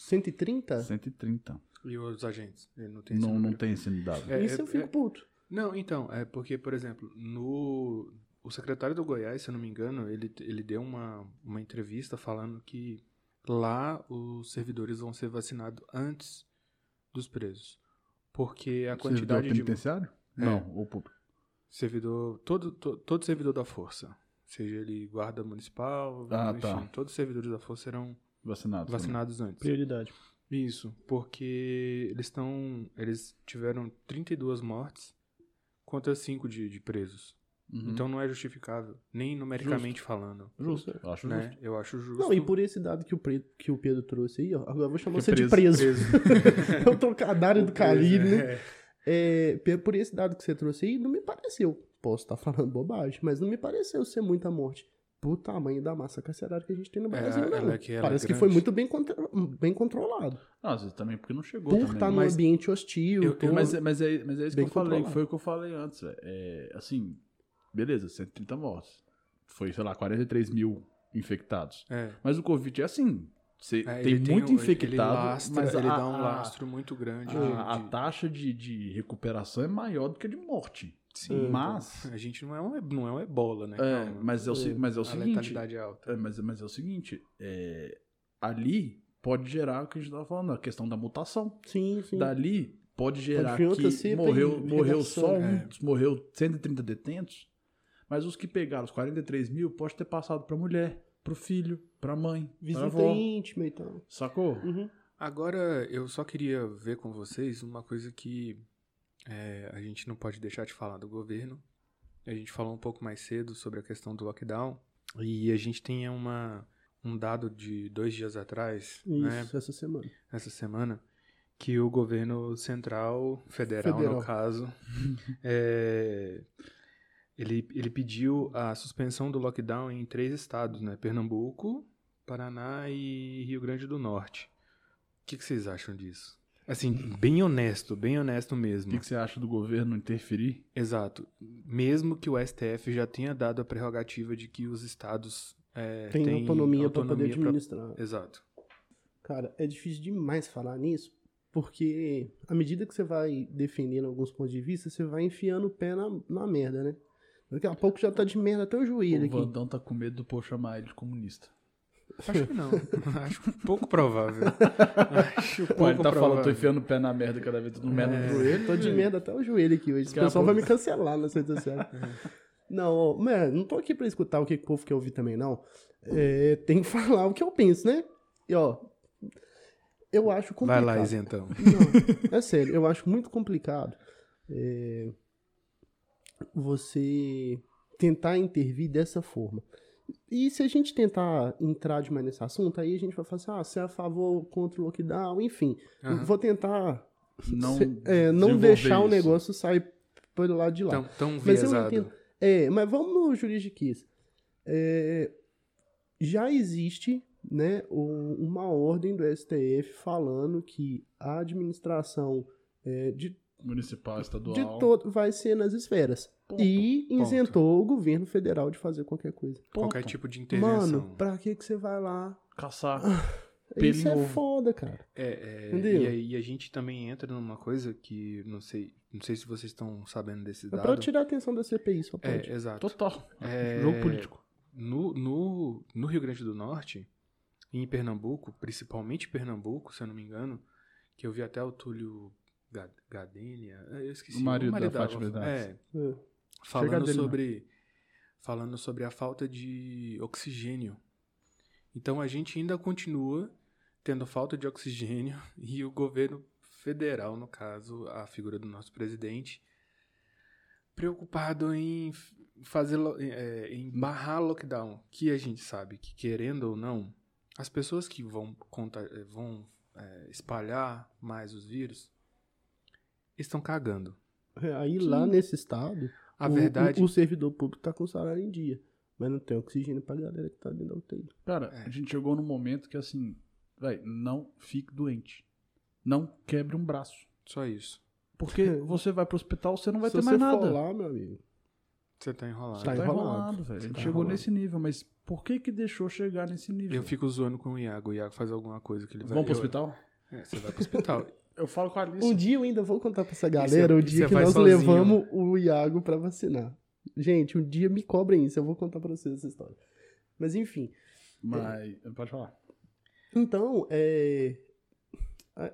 S2: 130?
S3: 130.
S1: E os agentes? Ele não É. tem esse
S3: Não, não
S1: número.
S3: tem esse dado.
S1: É,
S2: Isso
S1: é-
S2: eu fico
S1: é-
S2: puto.
S1: Não, então, é porque, por exemplo, no o secretário do Goiás, se eu não me engano, ele, ele deu uma, uma entrevista falando que lá os servidores vão ser vacinados antes dos presos. Porque a quantidade
S3: Servidor
S1: de
S3: penitenciário?
S1: É.
S3: Não, o público.
S1: servidor, todo, to- todo servidor da força, seja ele guarda municipal,
S3: Ah,
S1: enfim,
S3: tá.
S1: todos os servidores da força serão
S3: Vacinado.
S1: vacinados antes.
S4: Prioridade.
S1: Isso, porque eles estão. Eles tiveram 32 mortes contra 5 de, de presos.
S3: Uhum.
S1: Então não é justificável, nem numericamente falando.
S3: Justo, eu acho
S1: né?
S3: justo.
S1: Eu acho justo.
S2: Não, e por esse dado que o, Pre- que o Pedro trouxe aí, ó, agora eu vou chamar
S3: Que
S2: você de
S3: preso.
S2: preso. é o trocadilho do calibre, né? É, pe- por esse dado que você trouxe aí, não me pareceu. Posso estar falando bobagem, mas não me pareceu ser muita morte pro tamanho da massa carcerária que a gente tem no Brasil, não.
S1: ela é que ela é
S2: Parece que foi
S1: grande.
S2: muito bem, contro- bem controlado.
S3: Não, às vezes também porque não chegou.
S2: Por
S3: também,
S2: estar
S3: né?
S2: num
S1: mas-
S2: ambiente hostil.
S1: eu- eu-
S2: todo-
S3: Mas, é- mas, é, mas é isso que
S2: Bem
S3: eu falei,
S2: controlado.
S3: foi o que eu falei antes. velho. É, assim, beleza, 130 mortes. Foi, sei lá, 43 mil infectados.
S1: É.
S3: Mas o Covid é assim. Você
S1: É,
S3: tem
S1: ele
S3: muito
S1: um- ele-
S3: infectado,
S1: ele lastra,
S3: mas
S1: ele
S3: a-
S1: dá um
S3: a-
S1: lastro muito grande. de-
S3: A, a
S1: de-
S3: taxa de, de recuperação é maior do que a de morte.
S1: Sim,
S3: mas,
S1: A gente não é um, não é um ebola, né?
S3: é,
S1: Calma.
S3: mas é o, se- mas é o
S1: a
S3: seguinte.
S1: letalidade é alta.
S3: É, mas, mas é o seguinte, é, ali pode gerar o que a gente estava falando, a questão da mutação.
S2: Sim, sim.
S3: Dali pode gerar
S2: vir outra assim,
S3: que
S2: cepa
S3: morreu,
S2: e
S3: morreu
S2: redação,
S3: só
S1: é.
S3: um, morreu 130 detentos, mas os que pegaram os 43 mil pode ter passado para mulher, para o filho, para a mãe, para
S2: Visita
S3: avó.
S2: íntima e tal.
S3: Sacou?
S2: Uhum.
S1: Agora, eu só queria ver com vocês uma coisa que é, a gente não pode deixar de falar do governo. A gente falou um pouco mais cedo sobre a questão do lockdown. E a gente tem uma, um dado de dois dias atrás, né?
S2: Isso, essa semana.
S1: essa semana que o governo central, federal,
S2: Federal.
S1: no caso, é, ele, ele pediu a suspensão do lockdown em três estados, né? Pernambuco, Paraná e Rio Grande do Norte. O que, que vocês acham disso? Assim, bem honesto, bem honesto
S3: O
S1: mesmo.
S3: que, que você acha do governo interferir?
S1: Exato. Mesmo que o STF já tenha dado a prerrogativa de que os estados é,
S2: Tem,
S1: têm
S2: autonomia, pra poder
S1: autonomia pra-
S2: administrar.
S1: Exato.
S2: Cara, é difícil demais falar nisso, porque à medida que você vai defendendo alguns pontos de vista, você vai enfiando o pé na, na merda, né? Daqui a pouco já tá de merda até o joelho
S3: O
S2: aqui.
S3: Vandão tá com medo do povo chamar ele de comunista.
S1: Acho que não. Acho pouco provável. Acho pouco
S3: Pô, ele tá falando, tô
S1: provável.
S3: enfiando o pé na merda cada vez, tô no merda no
S1: É.
S3: joelho.
S2: Tô de merda até o joelho aqui hoje. O
S3: Daqui a
S2: pessoal vai
S3: pouco.
S2: me cancelar nas redes sociais.
S1: É.
S2: Não, ó, mano, não tô aqui pra escutar o que que o povo quer ouvir também, não. É, tem que falar o que eu penso, né? E ó, eu acho
S1: Vai
S2: complicado.
S1: lá, então. isentão.
S2: Não, é sério, eu acho muito complicado é, você tentar intervir dessa forma. E se a gente tentar entrar demais nesse assunto, aí a gente vai falar assim, ah, você é a favor ou contra o lockdown, enfim. Eu
S1: Aham.
S2: Vou tentar
S3: Não,
S2: se- é, não
S3: desenvolver
S2: deixar o
S3: isso. Então,
S2: negócio sair pelo lado de lá.
S1: Tão, tão
S2: Mas eu
S1: viesado.
S2: entendo. É, mas vamos no juridiquês. É, já existe né, um- uma ordem do STF falando que a administração é, de,
S3: Municipal, estadual.
S2: de todo vai ser nas esferas.
S3: Ponto,
S2: e isentou o governo federal de fazer qualquer coisa.
S1: Qualquer
S3: ponto.
S1: tipo de intervenção.
S2: Mano, pra que, que você vai lá?
S3: Caçar.
S2: Isso é
S3: Pelo-
S2: foda, cara.
S1: É, é,
S2: Entendeu?
S1: e aí a gente também entra numa coisa que não sei, não sei se vocês estão sabendo desse
S2: É
S1: dado.
S2: pra tirar a atenção da CPI, só
S1: É,
S2: pode.
S1: exato.
S3: Total.
S1: É,
S3: Jogo político.
S1: No, no, no Rio Grande do Norte, e em Pernambuco, principalmente Pernambuco, se eu não me engano, que eu vi até o Túlio Ga- Gadenia, eu esqueci.
S3: O marido da
S1: dela,
S3: Fátima Bernardes.
S1: É,
S2: É.
S1: falando
S2: né?
S3: dele, não.
S1: sobre falando sobre a falta de oxigênio. Então a gente ainda continua tendo falta de oxigênio e o governo federal, no caso, a figura do nosso presidente, preocupado em f- fazer lo- é, em barrar lockdown, que a gente sabe que querendo ou não, as pessoas que vão conta- eh, vão eh, espalhar mais os vírus estão cagando.
S2: É, Aí lá nesse estado,
S1: A
S2: o-
S1: verdade
S2: o, o servidor público tá com salário em dia. Mas não tem oxigênio pra galera que tá dentro da UTI.
S3: Cara,
S2: É.
S3: a gente chegou num momento que assim, velho, não fique doente. Não quebre um braço.
S1: Só isso.
S3: Porque você vai pro hospital, você não vai
S2: Se
S3: ter
S2: você
S3: mais
S2: for
S3: nada.
S2: lá, meu amigo.
S1: Você tá enrolado.
S2: Tá
S3: Tá
S2: enrolado.
S3: enrolado, velho. A gente
S2: Tá
S3: chegou
S2: enrolado.
S3: nesse nível, mas por que que deixou chegar nesse nível?
S1: Eu fico zoando com o Iago. O Iago faz alguma coisa que ele vai...
S3: Vamos pro
S1: eu-
S3: hospital?
S1: É, você vai pro hospital.
S3: Eu falo com a Alice.
S2: Um dia eu ainda vou contar pra essa galera
S1: E
S2: o
S1: cê-
S2: dia
S1: cê
S2: que
S1: vai
S2: nós
S1: sozinho?
S2: levamos o Iago pra vacinar. Gente, um dia me cobrem isso, eu vou contar pra vocês essa história. Mas enfim,
S3: Mas. Pode falar.
S2: então, é.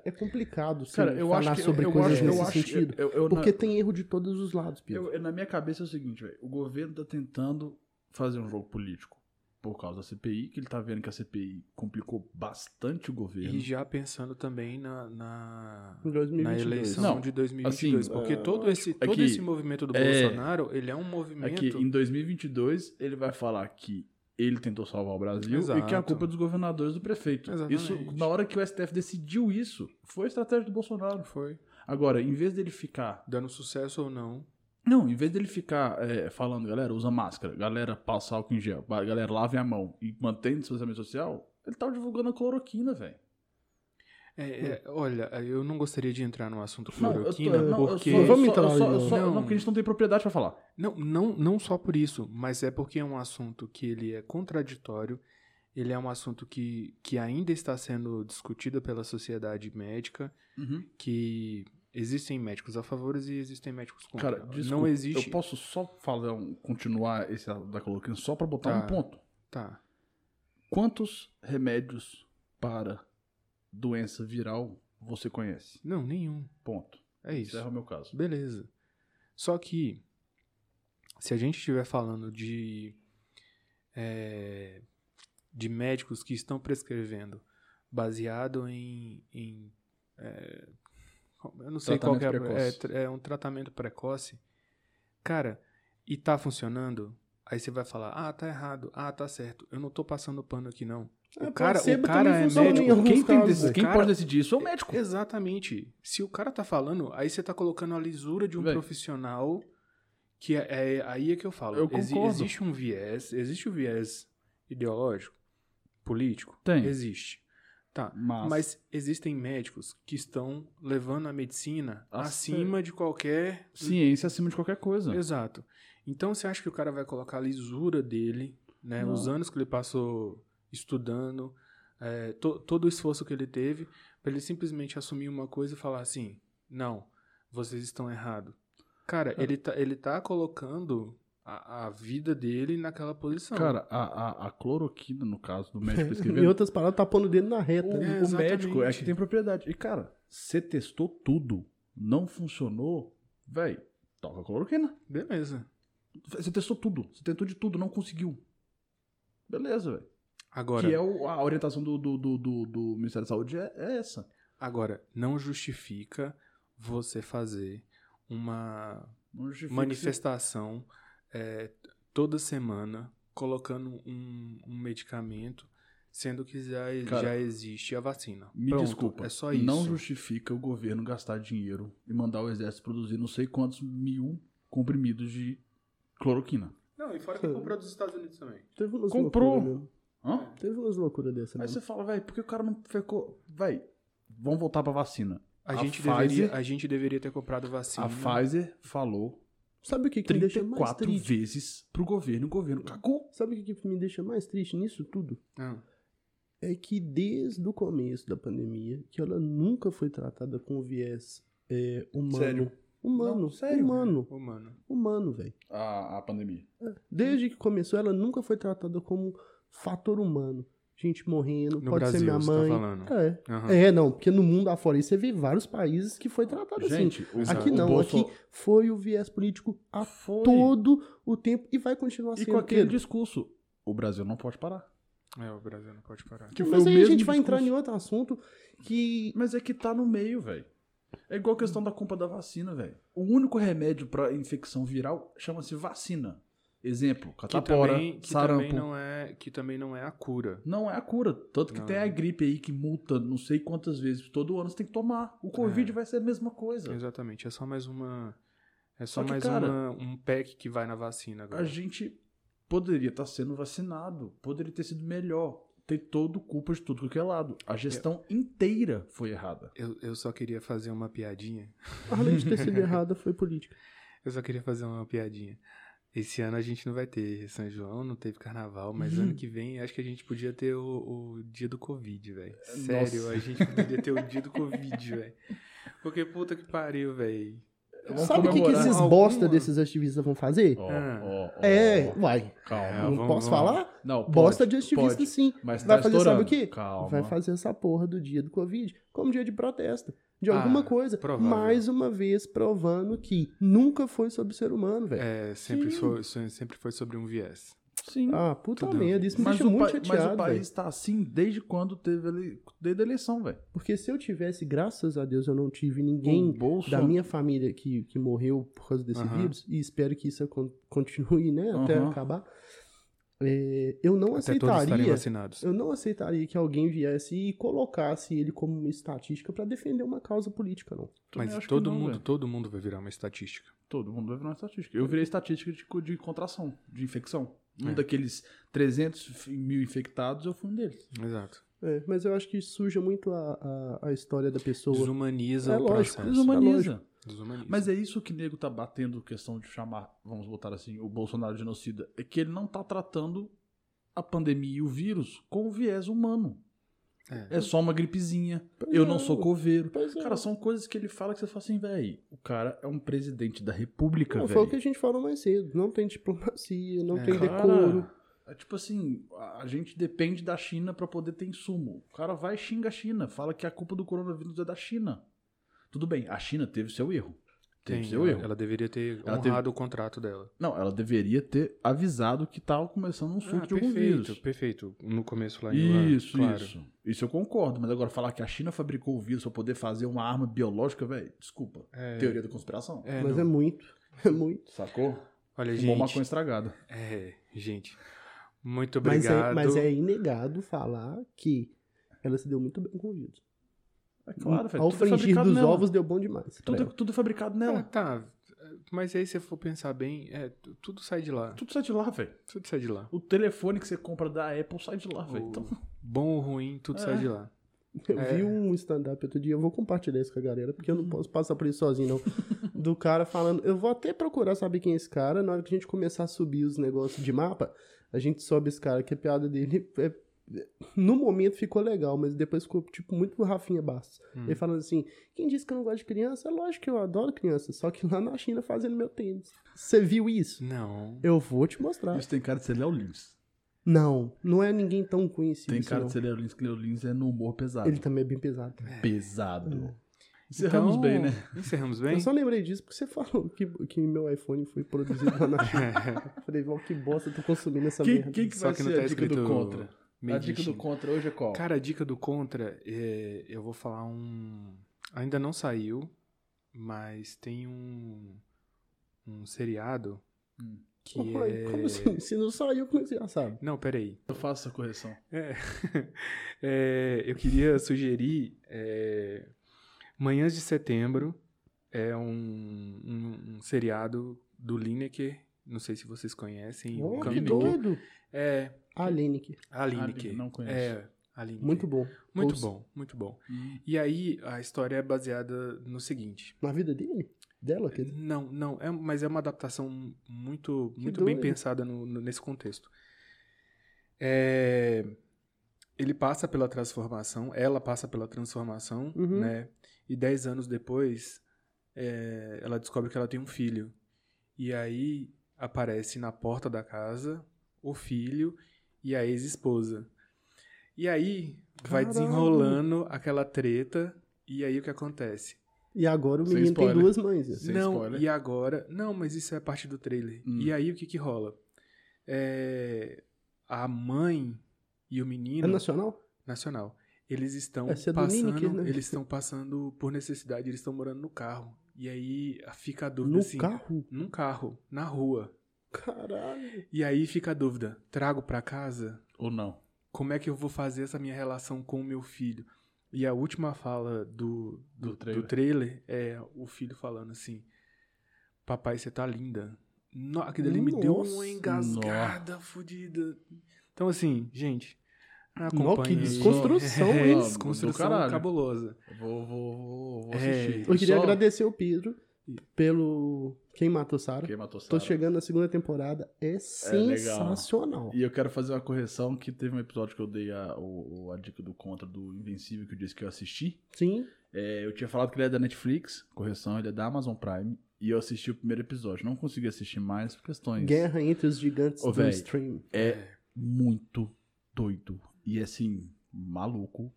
S2: É complicado sim,
S3: Cara, eu
S2: falar
S3: acho que.
S2: sobre
S3: eu
S2: coisas
S3: acho,
S2: nesse
S3: eu acho,
S2: sentido.
S3: Eu, eu,
S2: porque
S3: na,
S2: tem erro de todos os lados, Pedro.
S3: eu- eu- na minha cabeça é o seguinte, velho. O governo tá tentando fazer um jogo político. Por causa da CPI, que ele tá vendo que a CPI complicou bastante o governo.
S1: e já pensando também na... na...
S2: Em
S1: Na
S2: 2022.
S1: eleição
S3: Não,
S1: de 2022,
S3: assim,
S1: porque
S3: é,
S1: todo, esse, todo
S3: que-
S1: esse movimento do
S3: é,
S1: Bolsonaro, ele é um
S3: É que
S1: movimento
S3: em 2022 ele vai falar que ele tentou salvar o Brasil e que a
S1: Exato.
S3: culpa é dos governadores e do prefeito.
S1: Exatamente.
S3: Isso, na hora que o STF decidiu isso, foi a estratégia do Bolsonaro.
S1: foi
S3: Agora, em vez dele ficar.
S1: dando sucesso ou não,
S3: Não, em vez dele ficar é, falando, galera, usa máscara, galera, passa álcool em gel, ba- galera, lave a mão e mantém distanciamento social, ele tá divulgando a cloroquina, velho.
S1: É, é, olha, eu não gostaria de entrar no assunto
S3: Hum. Não, eu tô-
S1: cloroquina,
S3: não, eu
S1: né? porque.
S3: só- eu
S2: Vamos
S3: só-
S2: entrar
S3: eu só-
S2: aí,
S3: eu só-
S1: não.
S3: não, porque a gente não tem propriedade pra falar.
S1: Não, não, não só por isso, mas é porque é um assunto que ele é contraditório, ele é um assunto que, que ainda está sendo discutido pela sociedade médica, que existem médicos a favor e existem médicos contra.
S3: Cara, desculpa,
S1: não existe.
S3: Eu posso só falar um- continuar esse da cloroquina só pra botar
S1: Tá.
S3: um ponto.
S1: Tá.
S3: Quantos remédios para doença viral você conhece?
S1: Não, nenhum.
S3: Ponto.
S1: É isso.
S3: Encerra o meu caso.
S1: Beleza. Só que, se a gente estiver falando de, é, de médicos que estão prescrevendo baseado em. em, é, eu não sei qual que é,
S3: Tratamento
S1: a- é.
S3: precoce.
S1: tr- É um tratamento precoce. Cara, e tá funcionando? Aí você vai falar: ah, tá errado, ah, tá certo. Eu não tô passando pano aqui, não.
S2: É,
S1: o cara, o
S2: placebo
S1: cara
S2: também
S1: é
S2: funciona em
S1: médico.
S2: alguns
S3: Quem, tem
S2: casos,
S3: deci-
S1: velho.
S3: quem
S1: Cara,
S3: pode decidir isso é o médico.
S1: Exatamente. Se o cara tá falando, aí você tá colocando a lisura de um
S3: Véi.
S1: profissional que é, é- aí é que eu falo.
S3: Eu concordo.
S1: existe um viés, existe o viés ideológico, político?
S3: Tem.
S1: Existe. Tá.
S3: Mas,
S1: Mas existem médicos que estão levando a medicina
S3: Ah,
S1: acima de qualquer.
S3: ciência acima de qualquer coisa.
S1: Exato. Então você acha que o cara vai colocar a lisura dele, né?
S3: Não.
S1: Os anos que ele passou estudando, é, to- todo o esforço que ele teve, pra ele simplesmente assumir uma coisa e falar assim: não, vocês estão errados. Cara,
S3: Cara.
S1: ele, tá, ele tá colocando a, a vida dele naquela posição.
S3: Cara, a, a- a cloroquina, no caso do médico
S2: Em
S3: prescrevendo,
S2: outras palavras, tá pondo o dedo na reta.
S3: o,
S2: né?
S1: É,
S3: o médico é
S1: exatamente.
S3: que tem propriedade. E, cara, você testou tudo, não funcionou, velho, toca cloroquina.
S1: beleza.
S3: Você testou tudo, você tentou de tudo, não conseguiu. Beleza, velho.
S1: Agora,
S3: Que é o- a orientação do, do, do, do- do Ministério da Saúde é, é essa.
S1: agora, não justifica você fazer uma
S3: Não justifica
S1: manifestação é, toda semana colocando um, um medicamento, sendo que já,
S3: Cara,
S1: já existe a vacina.
S3: se- Me
S1: Pronto,
S3: desculpa.
S1: É só isso.
S3: Não justifica o governo gastar dinheiro e mandar o exército produzir não sei quantos mil comprimidos de cloroquina.
S1: Não, e fora
S2: que comprou
S1: dos Estados Unidos também.
S2: Teve umas
S3: Comprou.
S2: loucuras mesmo.
S3: Hã?
S2: Teve umas loucuras
S1: É.
S2: dessa,
S3: Aí
S2: mesmo.
S3: você fala, velho, por que o cara não ficou. Véi, vamos voltar pra vacina.
S1: A,
S3: A
S1: gente
S3: Pfizer-
S1: deveria, a gente deveria ter comprado vacina.
S3: A Pfizer falou
S2: Sabe o que, que me deixa mais
S3: 34
S2: triste?
S3: vezes pro governo. e O governo cagou.
S2: Sabe o que, que me deixa mais triste nisso tudo?
S1: Ah,
S2: É que desde o começo da pandemia, que ela nunca foi tratada com viés é, humano.
S3: Sério?
S2: Humano,
S3: Não, sério,
S2: humano,
S1: humano.
S2: humano, velho.
S3: A, a pandemia.
S2: Desde que começou, ela nunca foi tratada como fator humano. Gente morrendo,
S1: No
S2: pode ser
S1: Brasil,
S2: minha
S1: você tá
S2: mãe.
S1: falando.
S2: É.
S3: Ah.
S1: Aham.
S2: É, não, porque no mundo afora aí você vê vários países que foi tratado assim.
S3: Gente, o-
S1: Exato.
S2: Aqui
S3: o
S2: não,
S3: Bolso-
S2: aqui foi o viés político a
S3: Foi.
S2: todo assim, o tempo e vai continuar
S3: E
S2: sendo.
S3: com aquele
S2: Pedro.
S3: discurso, o Brasil não pode parar.
S1: É, o Brasil não pode parar.
S3: Que
S2: Mas aí a gente vai entrar em outro assunto que.
S3: Mas é que tá no meio, velho. É igual a questão da compra da vacina, velho. O único remédio pra infecção viral chama-se vacina. Exemplo,
S1: Que
S3: catapora,
S1: também, que
S3: tá sarampo.
S1: também
S3: não...
S1: não é, que também não é a cura.
S3: é a cura. Tanto que
S1: Não.
S3: tem a gripe aí que multa não sei quantas vezes todo ano, você tem que tomar. O Covid
S1: É.
S3: vai ser a mesma coisa.
S1: Exatamente. É só mais uma. É só,
S3: Só que,
S1: mais
S3: cara-
S1: uma- um pack que vai na vacina
S3: A
S1: agora.
S3: gente poderia estar sendo vacinado, poderia ter sido melhor. Tem todo culpa de tudo que é lado. A gestão inteira foi errada.
S1: Eu, eu só queria fazer uma piadinha
S2: Além de ter sido errada, foi política.
S1: Eu só queria fazer uma piadinha. Esse ano a gente não vai ter São João, não teve carnaval, mas
S3: Uhum.
S1: ano que vem acho que a gente podia ter o, o dia do Covid, velho. Sério,
S3: Nossa.
S1: a gente poderia ter o dia do Covid, velho. Porque puta que pariu, velho.
S3: Vamos
S2: Sabe o que, que
S3: comemorar.
S2: esses
S1: Alguma-
S2: bosta desses ativistas vão fazer?
S3: Ó,
S1: Ah.
S3: ó, ó,
S2: É,
S3: ó.
S2: vai.
S1: É,
S3: Calma.
S2: não
S1: vamos-
S2: posso
S1: vamos.
S2: falar?
S3: Não, pode,
S2: bosta de ativista,
S3: pode.
S2: sim.
S3: Mas tá
S2: Vai fazer sabe
S3: estourando.
S2: o quê?
S3: Calma.
S2: Vai fazer essa porra do dia do Covid como dia de protesto. De
S1: Ah,
S2: alguma coisa.
S1: provável.
S2: Mais uma vez provando que nunca foi sobre o ser humano, velho.
S1: É, sempre foi, so- sempre foi sobre um viés.
S3: Sim.
S2: Ah, puta
S1: Tudo.
S2: merda. Isso me
S3: É, mas,
S2: deixa
S3: o
S2: muito
S3: pa- mas
S2: chateado, velho.
S3: o país tá assim desde quando teve ele... desde a eleição, velho.
S2: Porque se eu tivesse, graças a Deus, eu não tive ninguém
S3: O Bolso...
S2: da minha família que, que morreu por causa desse
S1: Aham.
S2: vírus, e espero que isso acon- continue, né, até
S3: Aham.
S2: acabar, é, eu não
S1: Até todos estarem
S2: aceitaria.
S1: vacinados.
S2: Eu não aceitaria que alguém viesse e colocasse ele como uma estatística pra defender uma causa política, não.
S3: Também acho
S1: Mas
S3: que
S1: todo
S3: não,
S1: mundo,
S3: velho.
S1: todo mundo vai virar uma estatística.
S3: Todo mundo vai virar uma estatística. Eu virei estatística de, co- de contração, de infecção. Um
S1: É.
S3: daqueles 300 f- mil infectados, eu fui um deles.
S1: Exato.
S2: É, mas eu acho que suja muito a, a, a história da pessoa.
S1: Desumaniza
S2: É
S1: o
S2: lógico,
S1: processo.
S3: Desumaniza.
S1: Desumaniza.
S3: Mas é isso que o nego tá batendo questão de chamar, vamos botar assim, o Bolsonaro de genocida. É que ele não tá tratando a pandemia e o vírus com viés humano.
S1: É.
S3: É só uma gripezinha.
S2: Pois
S3: Eu
S2: é,
S3: não sou coveiro.
S2: Pois é.
S3: Cara, são coisas que ele fala que você fala assim, velho. O cara é um presidente da república,
S2: Não,
S3: velho.
S2: foi o que a gente falou mais cedo. Não tem diplomacia, não
S1: É.
S2: tem
S3: Cara,
S2: decoro.
S3: é tipo assim, a a gente depende da China pra poder ter insumo. O cara vai e xinga a China, fala que a culpa do coronavírus é da China. Tudo bem, a China teve seu erro. Teve
S1: Tem,
S3: seu
S2: é
S1: ela,
S3: erro.
S1: ela deveria ter
S3: Ela
S1: honrado o contrato dela.
S3: Não, ela deveria ter avisado que tava começando um surto
S1: Ah,
S3: de algum
S1: perfeito,
S3: vírus.
S1: perfeito. No começo lá em Wuhan,
S3: Isso,
S1: claro.
S3: isso. Isso eu concordo, mas agora falar que a China fabricou o vírus pra poder fazer uma arma biológica, velho, desculpa.
S1: É,
S3: Teoria da conspiração.
S1: é,
S2: mas
S1: não.
S2: é muito. É muito.
S3: Sacou?
S1: Olha,
S3: Fumou
S1: gente.
S3: maconha estragada.
S1: É, gente. Muito
S2: Mas é,
S1: obrigado.
S2: mas é inegado falar que ela se deu muito bem com o vírus.
S1: Hum,
S3: É claro, velho.
S2: Ao
S3: tudo é
S2: fringir
S3: fabricado
S2: dos
S3: nela.
S2: ovos deu bom demais. pra
S3: Tudo,
S2: ela.
S3: tudo é fabricado
S1: Ah,
S3: nela.
S1: tá. Mas aí, se você for pensar bem, é, tu- tudo sai de lá.
S3: Tudo sai de lá, velho.
S1: Tudo sai de lá.
S3: O telefone que você compra da Apple sai de lá, velho.
S1: O-
S3: Então,
S1: Bom ou ruim, tudo
S3: É.
S1: sai de lá.
S2: Eu
S1: É.
S2: vi um stand-up outro dia, eu vou compartilhar isso com a galera, porque eu
S3: Uhum.
S2: não posso passar por isso sozinho, não. Do cara falando, eu vou até procurar saber quem é esse cara, na hora que a gente começar a subir os negócios de mapa, a gente sobe esse cara, que a piada dele é- No momento ficou legal, mas depois ficou, tipo, muito Rafinha Bastos.
S1: Hum.
S2: Ele falando assim, quem disse que eu não gosto de criança? É lógico que eu adoro criança, só que lá na China fazendo meu tênis. Você viu isso?
S1: Não.
S2: Eu vou te mostrar.
S3: isso tem cara de ser Léo Lins.
S2: Não, não é ninguém tão conhecido.
S3: Tem
S2: isso,
S1: é
S3: cara
S2: não.
S3: de ser Léo Lins, que Léo Lins é no humor pesado.
S2: Ele também é bem pesado.
S3: Pesado.
S1: Então,
S3: Encerramos bem, né?
S1: Encerramos bem?
S2: Eu só lembrei disso porque você falou que, que meu iPhone foi produzido lá na China. Falei, "Val, que bosta, eu tô consumindo essa
S3: Quem,
S2: merda.
S3: quem que
S1: É, Só
S3: vai
S1: que não
S3: ser
S1: tá
S3: a dica do
S1: escrito
S3: contra?
S1: Made
S3: a
S1: in
S3: dica do
S1: China.
S3: contra hoje é qual?
S1: Cara, a dica do contra, é, eu vou falar um. Ainda não saiu, mas tem um. Um seriado
S3: Hum.
S1: que
S2: Uai,
S1: é.
S2: como assim? Se não saiu, como é que você já sabe?
S1: Não, peraí.
S3: eu faço essa correção.
S1: É. É, eu queria sugerir é, Manhãs de Setembro é um, um- um seriado do Lineker. Não sei se vocês conhecem.
S2: Oh,
S1: o
S2: que
S1: Lineker.
S2: doido.
S1: É,
S2: A Lineker.
S1: a Lineker.
S3: Ah, não conheço.
S1: É, a Lineker.
S2: Muito bom.
S1: Muito
S2: Ouça.
S1: bom, muito bom. E aí, a história é baseada no seguinte.
S2: Na vida dele? Dela? Quer dizer?
S1: Não, não, é, mas é uma adaptação muito, muito bem
S2: doido.
S1: pensada no- no- nesse contexto. É, ele passa pela transformação, ela passa pela transformação,
S2: Uhum.
S1: né? E dez anos depois, é, ela descobre que ela tem um filho. E aí aparece na porta da casa o filho e a ex-esposa. E aí vai
S2: Caralho.
S1: desenrolando aquela treta. E aí o que acontece?
S2: E agora o
S3: Sem
S2: menino tem
S3: spoiler.
S2: duas mães. né?
S3: Sem
S1: não,
S3: spoiler.
S1: e agora. Não, mas isso é parte do trailer.
S3: Hum.
S1: E aí o que que rola? É, a mãe e o menino
S2: É nacional?
S1: nacional, eles estão
S2: Essa é do
S1: passando,
S2: Lineker, né?
S1: eles estão passando por necessidade, eles estão morando no carro. E aí fica a dúvida
S2: No
S1: assim,
S2: carro?
S1: num carro, na rua.
S2: Caralho.
S1: E aí fica a dúvida, trago pra casa?
S3: Ou não?
S1: Como é que eu vou fazer essa minha relação com o meu filho? E a última fala do, do,
S3: Do
S1: do trailer.
S3: trailer.
S1: é o filho falando assim: Papai, você tá linda. No, aquilo ali me deu
S2: Nossa,
S1: uma engasgada fodida. Então, assim, gente, acompanha.
S2: Nó, que
S1: aí.
S2: desconstrução,
S1: é,
S2: hein?
S1: Desconstrução
S3: Do caralho.
S1: cabulosa.
S3: Vou, vou, vou, vou
S1: É,
S3: assistir.
S2: Eu queria
S3: Só-
S2: agradecer o Pedro pelo Quem Matou Sarah.
S3: Quem matou
S2: Tô
S3: Sarah.
S2: chegando na segunda temporada. É sensacional.
S3: E eu quero fazer uma correção que teve um episódio que eu dei a, o- o- a dica do contra do Invencível que eu disse que eu assisti.
S2: Sim,
S3: É, eu tinha falado que ele é da Netflix, correção, ele é da Amazon Prime. E eu assisti o primeiro episódio. Não consegui assistir mais por questões.
S2: Guerra entre os Gigantes
S3: Ô,
S2: do
S3: véi.
S2: Stream.
S3: É muito doido. E assim, maluco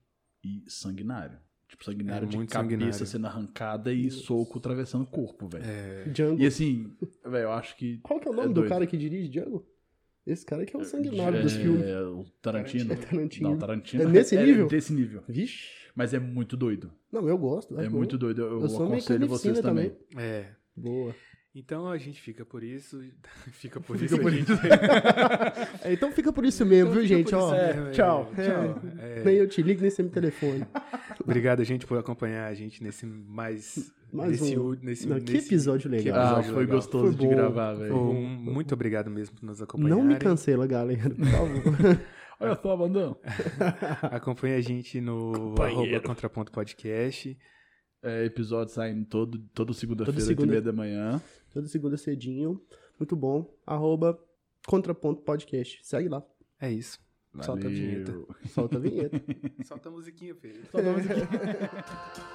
S3: e sanguinário. Tipo, sanguinário
S1: É
S3: de
S1: muito
S3: cabeça
S1: sanguinário.
S3: sendo arrancada e
S2: Isso.
S3: soco atravessando o corpo, velho.
S2: É.
S1: É,
S2: Django.
S3: E assim, velho, eu acho que.
S2: Qual que é o
S3: é
S2: nome do
S3: doido.
S2: cara que dirige Django? Esse cara que é o sanguinário dos
S3: é,
S2: filmes.
S3: O Tarantino.
S2: É Tarantino.
S3: Não, tá- Tarantino.
S2: É nesse nível?
S3: desse nível.
S2: Vixe.
S3: Mas é muito doido.
S2: Não, eu gosto.
S3: É
S2: eu-
S3: muito doido. Eu, eu
S2: Tá Eu sou meio
S3: aconselho vocês
S2: carnificina
S3: também.
S2: também.
S1: É.
S2: Boa.
S1: Então a gente fica por isso. Fica por
S3: Fica
S1: isso.
S3: por
S1: a gente-
S3: isso.
S2: É, então fica por isso mesmo, viu,
S1: Então fica
S2: gente?
S1: por
S2: Ó,
S1: isso mesmo, é.
S2: tchau.
S1: Tchau. É.
S2: Nem eu te ligo, nem você me telefone.
S1: Obrigado, gente, por acompanhar a gente nesse mais.
S2: Mais
S1: nesse,
S2: um.
S1: u- nesse,
S2: Não, que
S1: nesse-
S2: episódio legal.
S1: episódio
S3: Ah, foi
S1: legal.
S3: gostoso
S2: Foi
S3: de
S2: bom.
S3: gravar, velho.
S1: Foi um- muito obrigado mesmo por nos acompanhar.
S2: Não me cancela, galera. Por favor.
S3: Olha só, Bandão.
S1: Acompanhe a gente no
S3: Companheiro.
S1: arroba contraponto podcast.
S3: É, episódio saindo todo, toda segunda-feira,
S2: Toda segunda.
S3: segunda... meia da manhã.
S2: Toda segunda cedinho. Muito bom. Arroba contraponto podcast. Segue lá.
S1: É isso. Solta a vinheta.
S3: Valeu.
S2: Solta a vinheta.
S1: Solta a musiquinha, filho.
S2: Solta a musiquinha.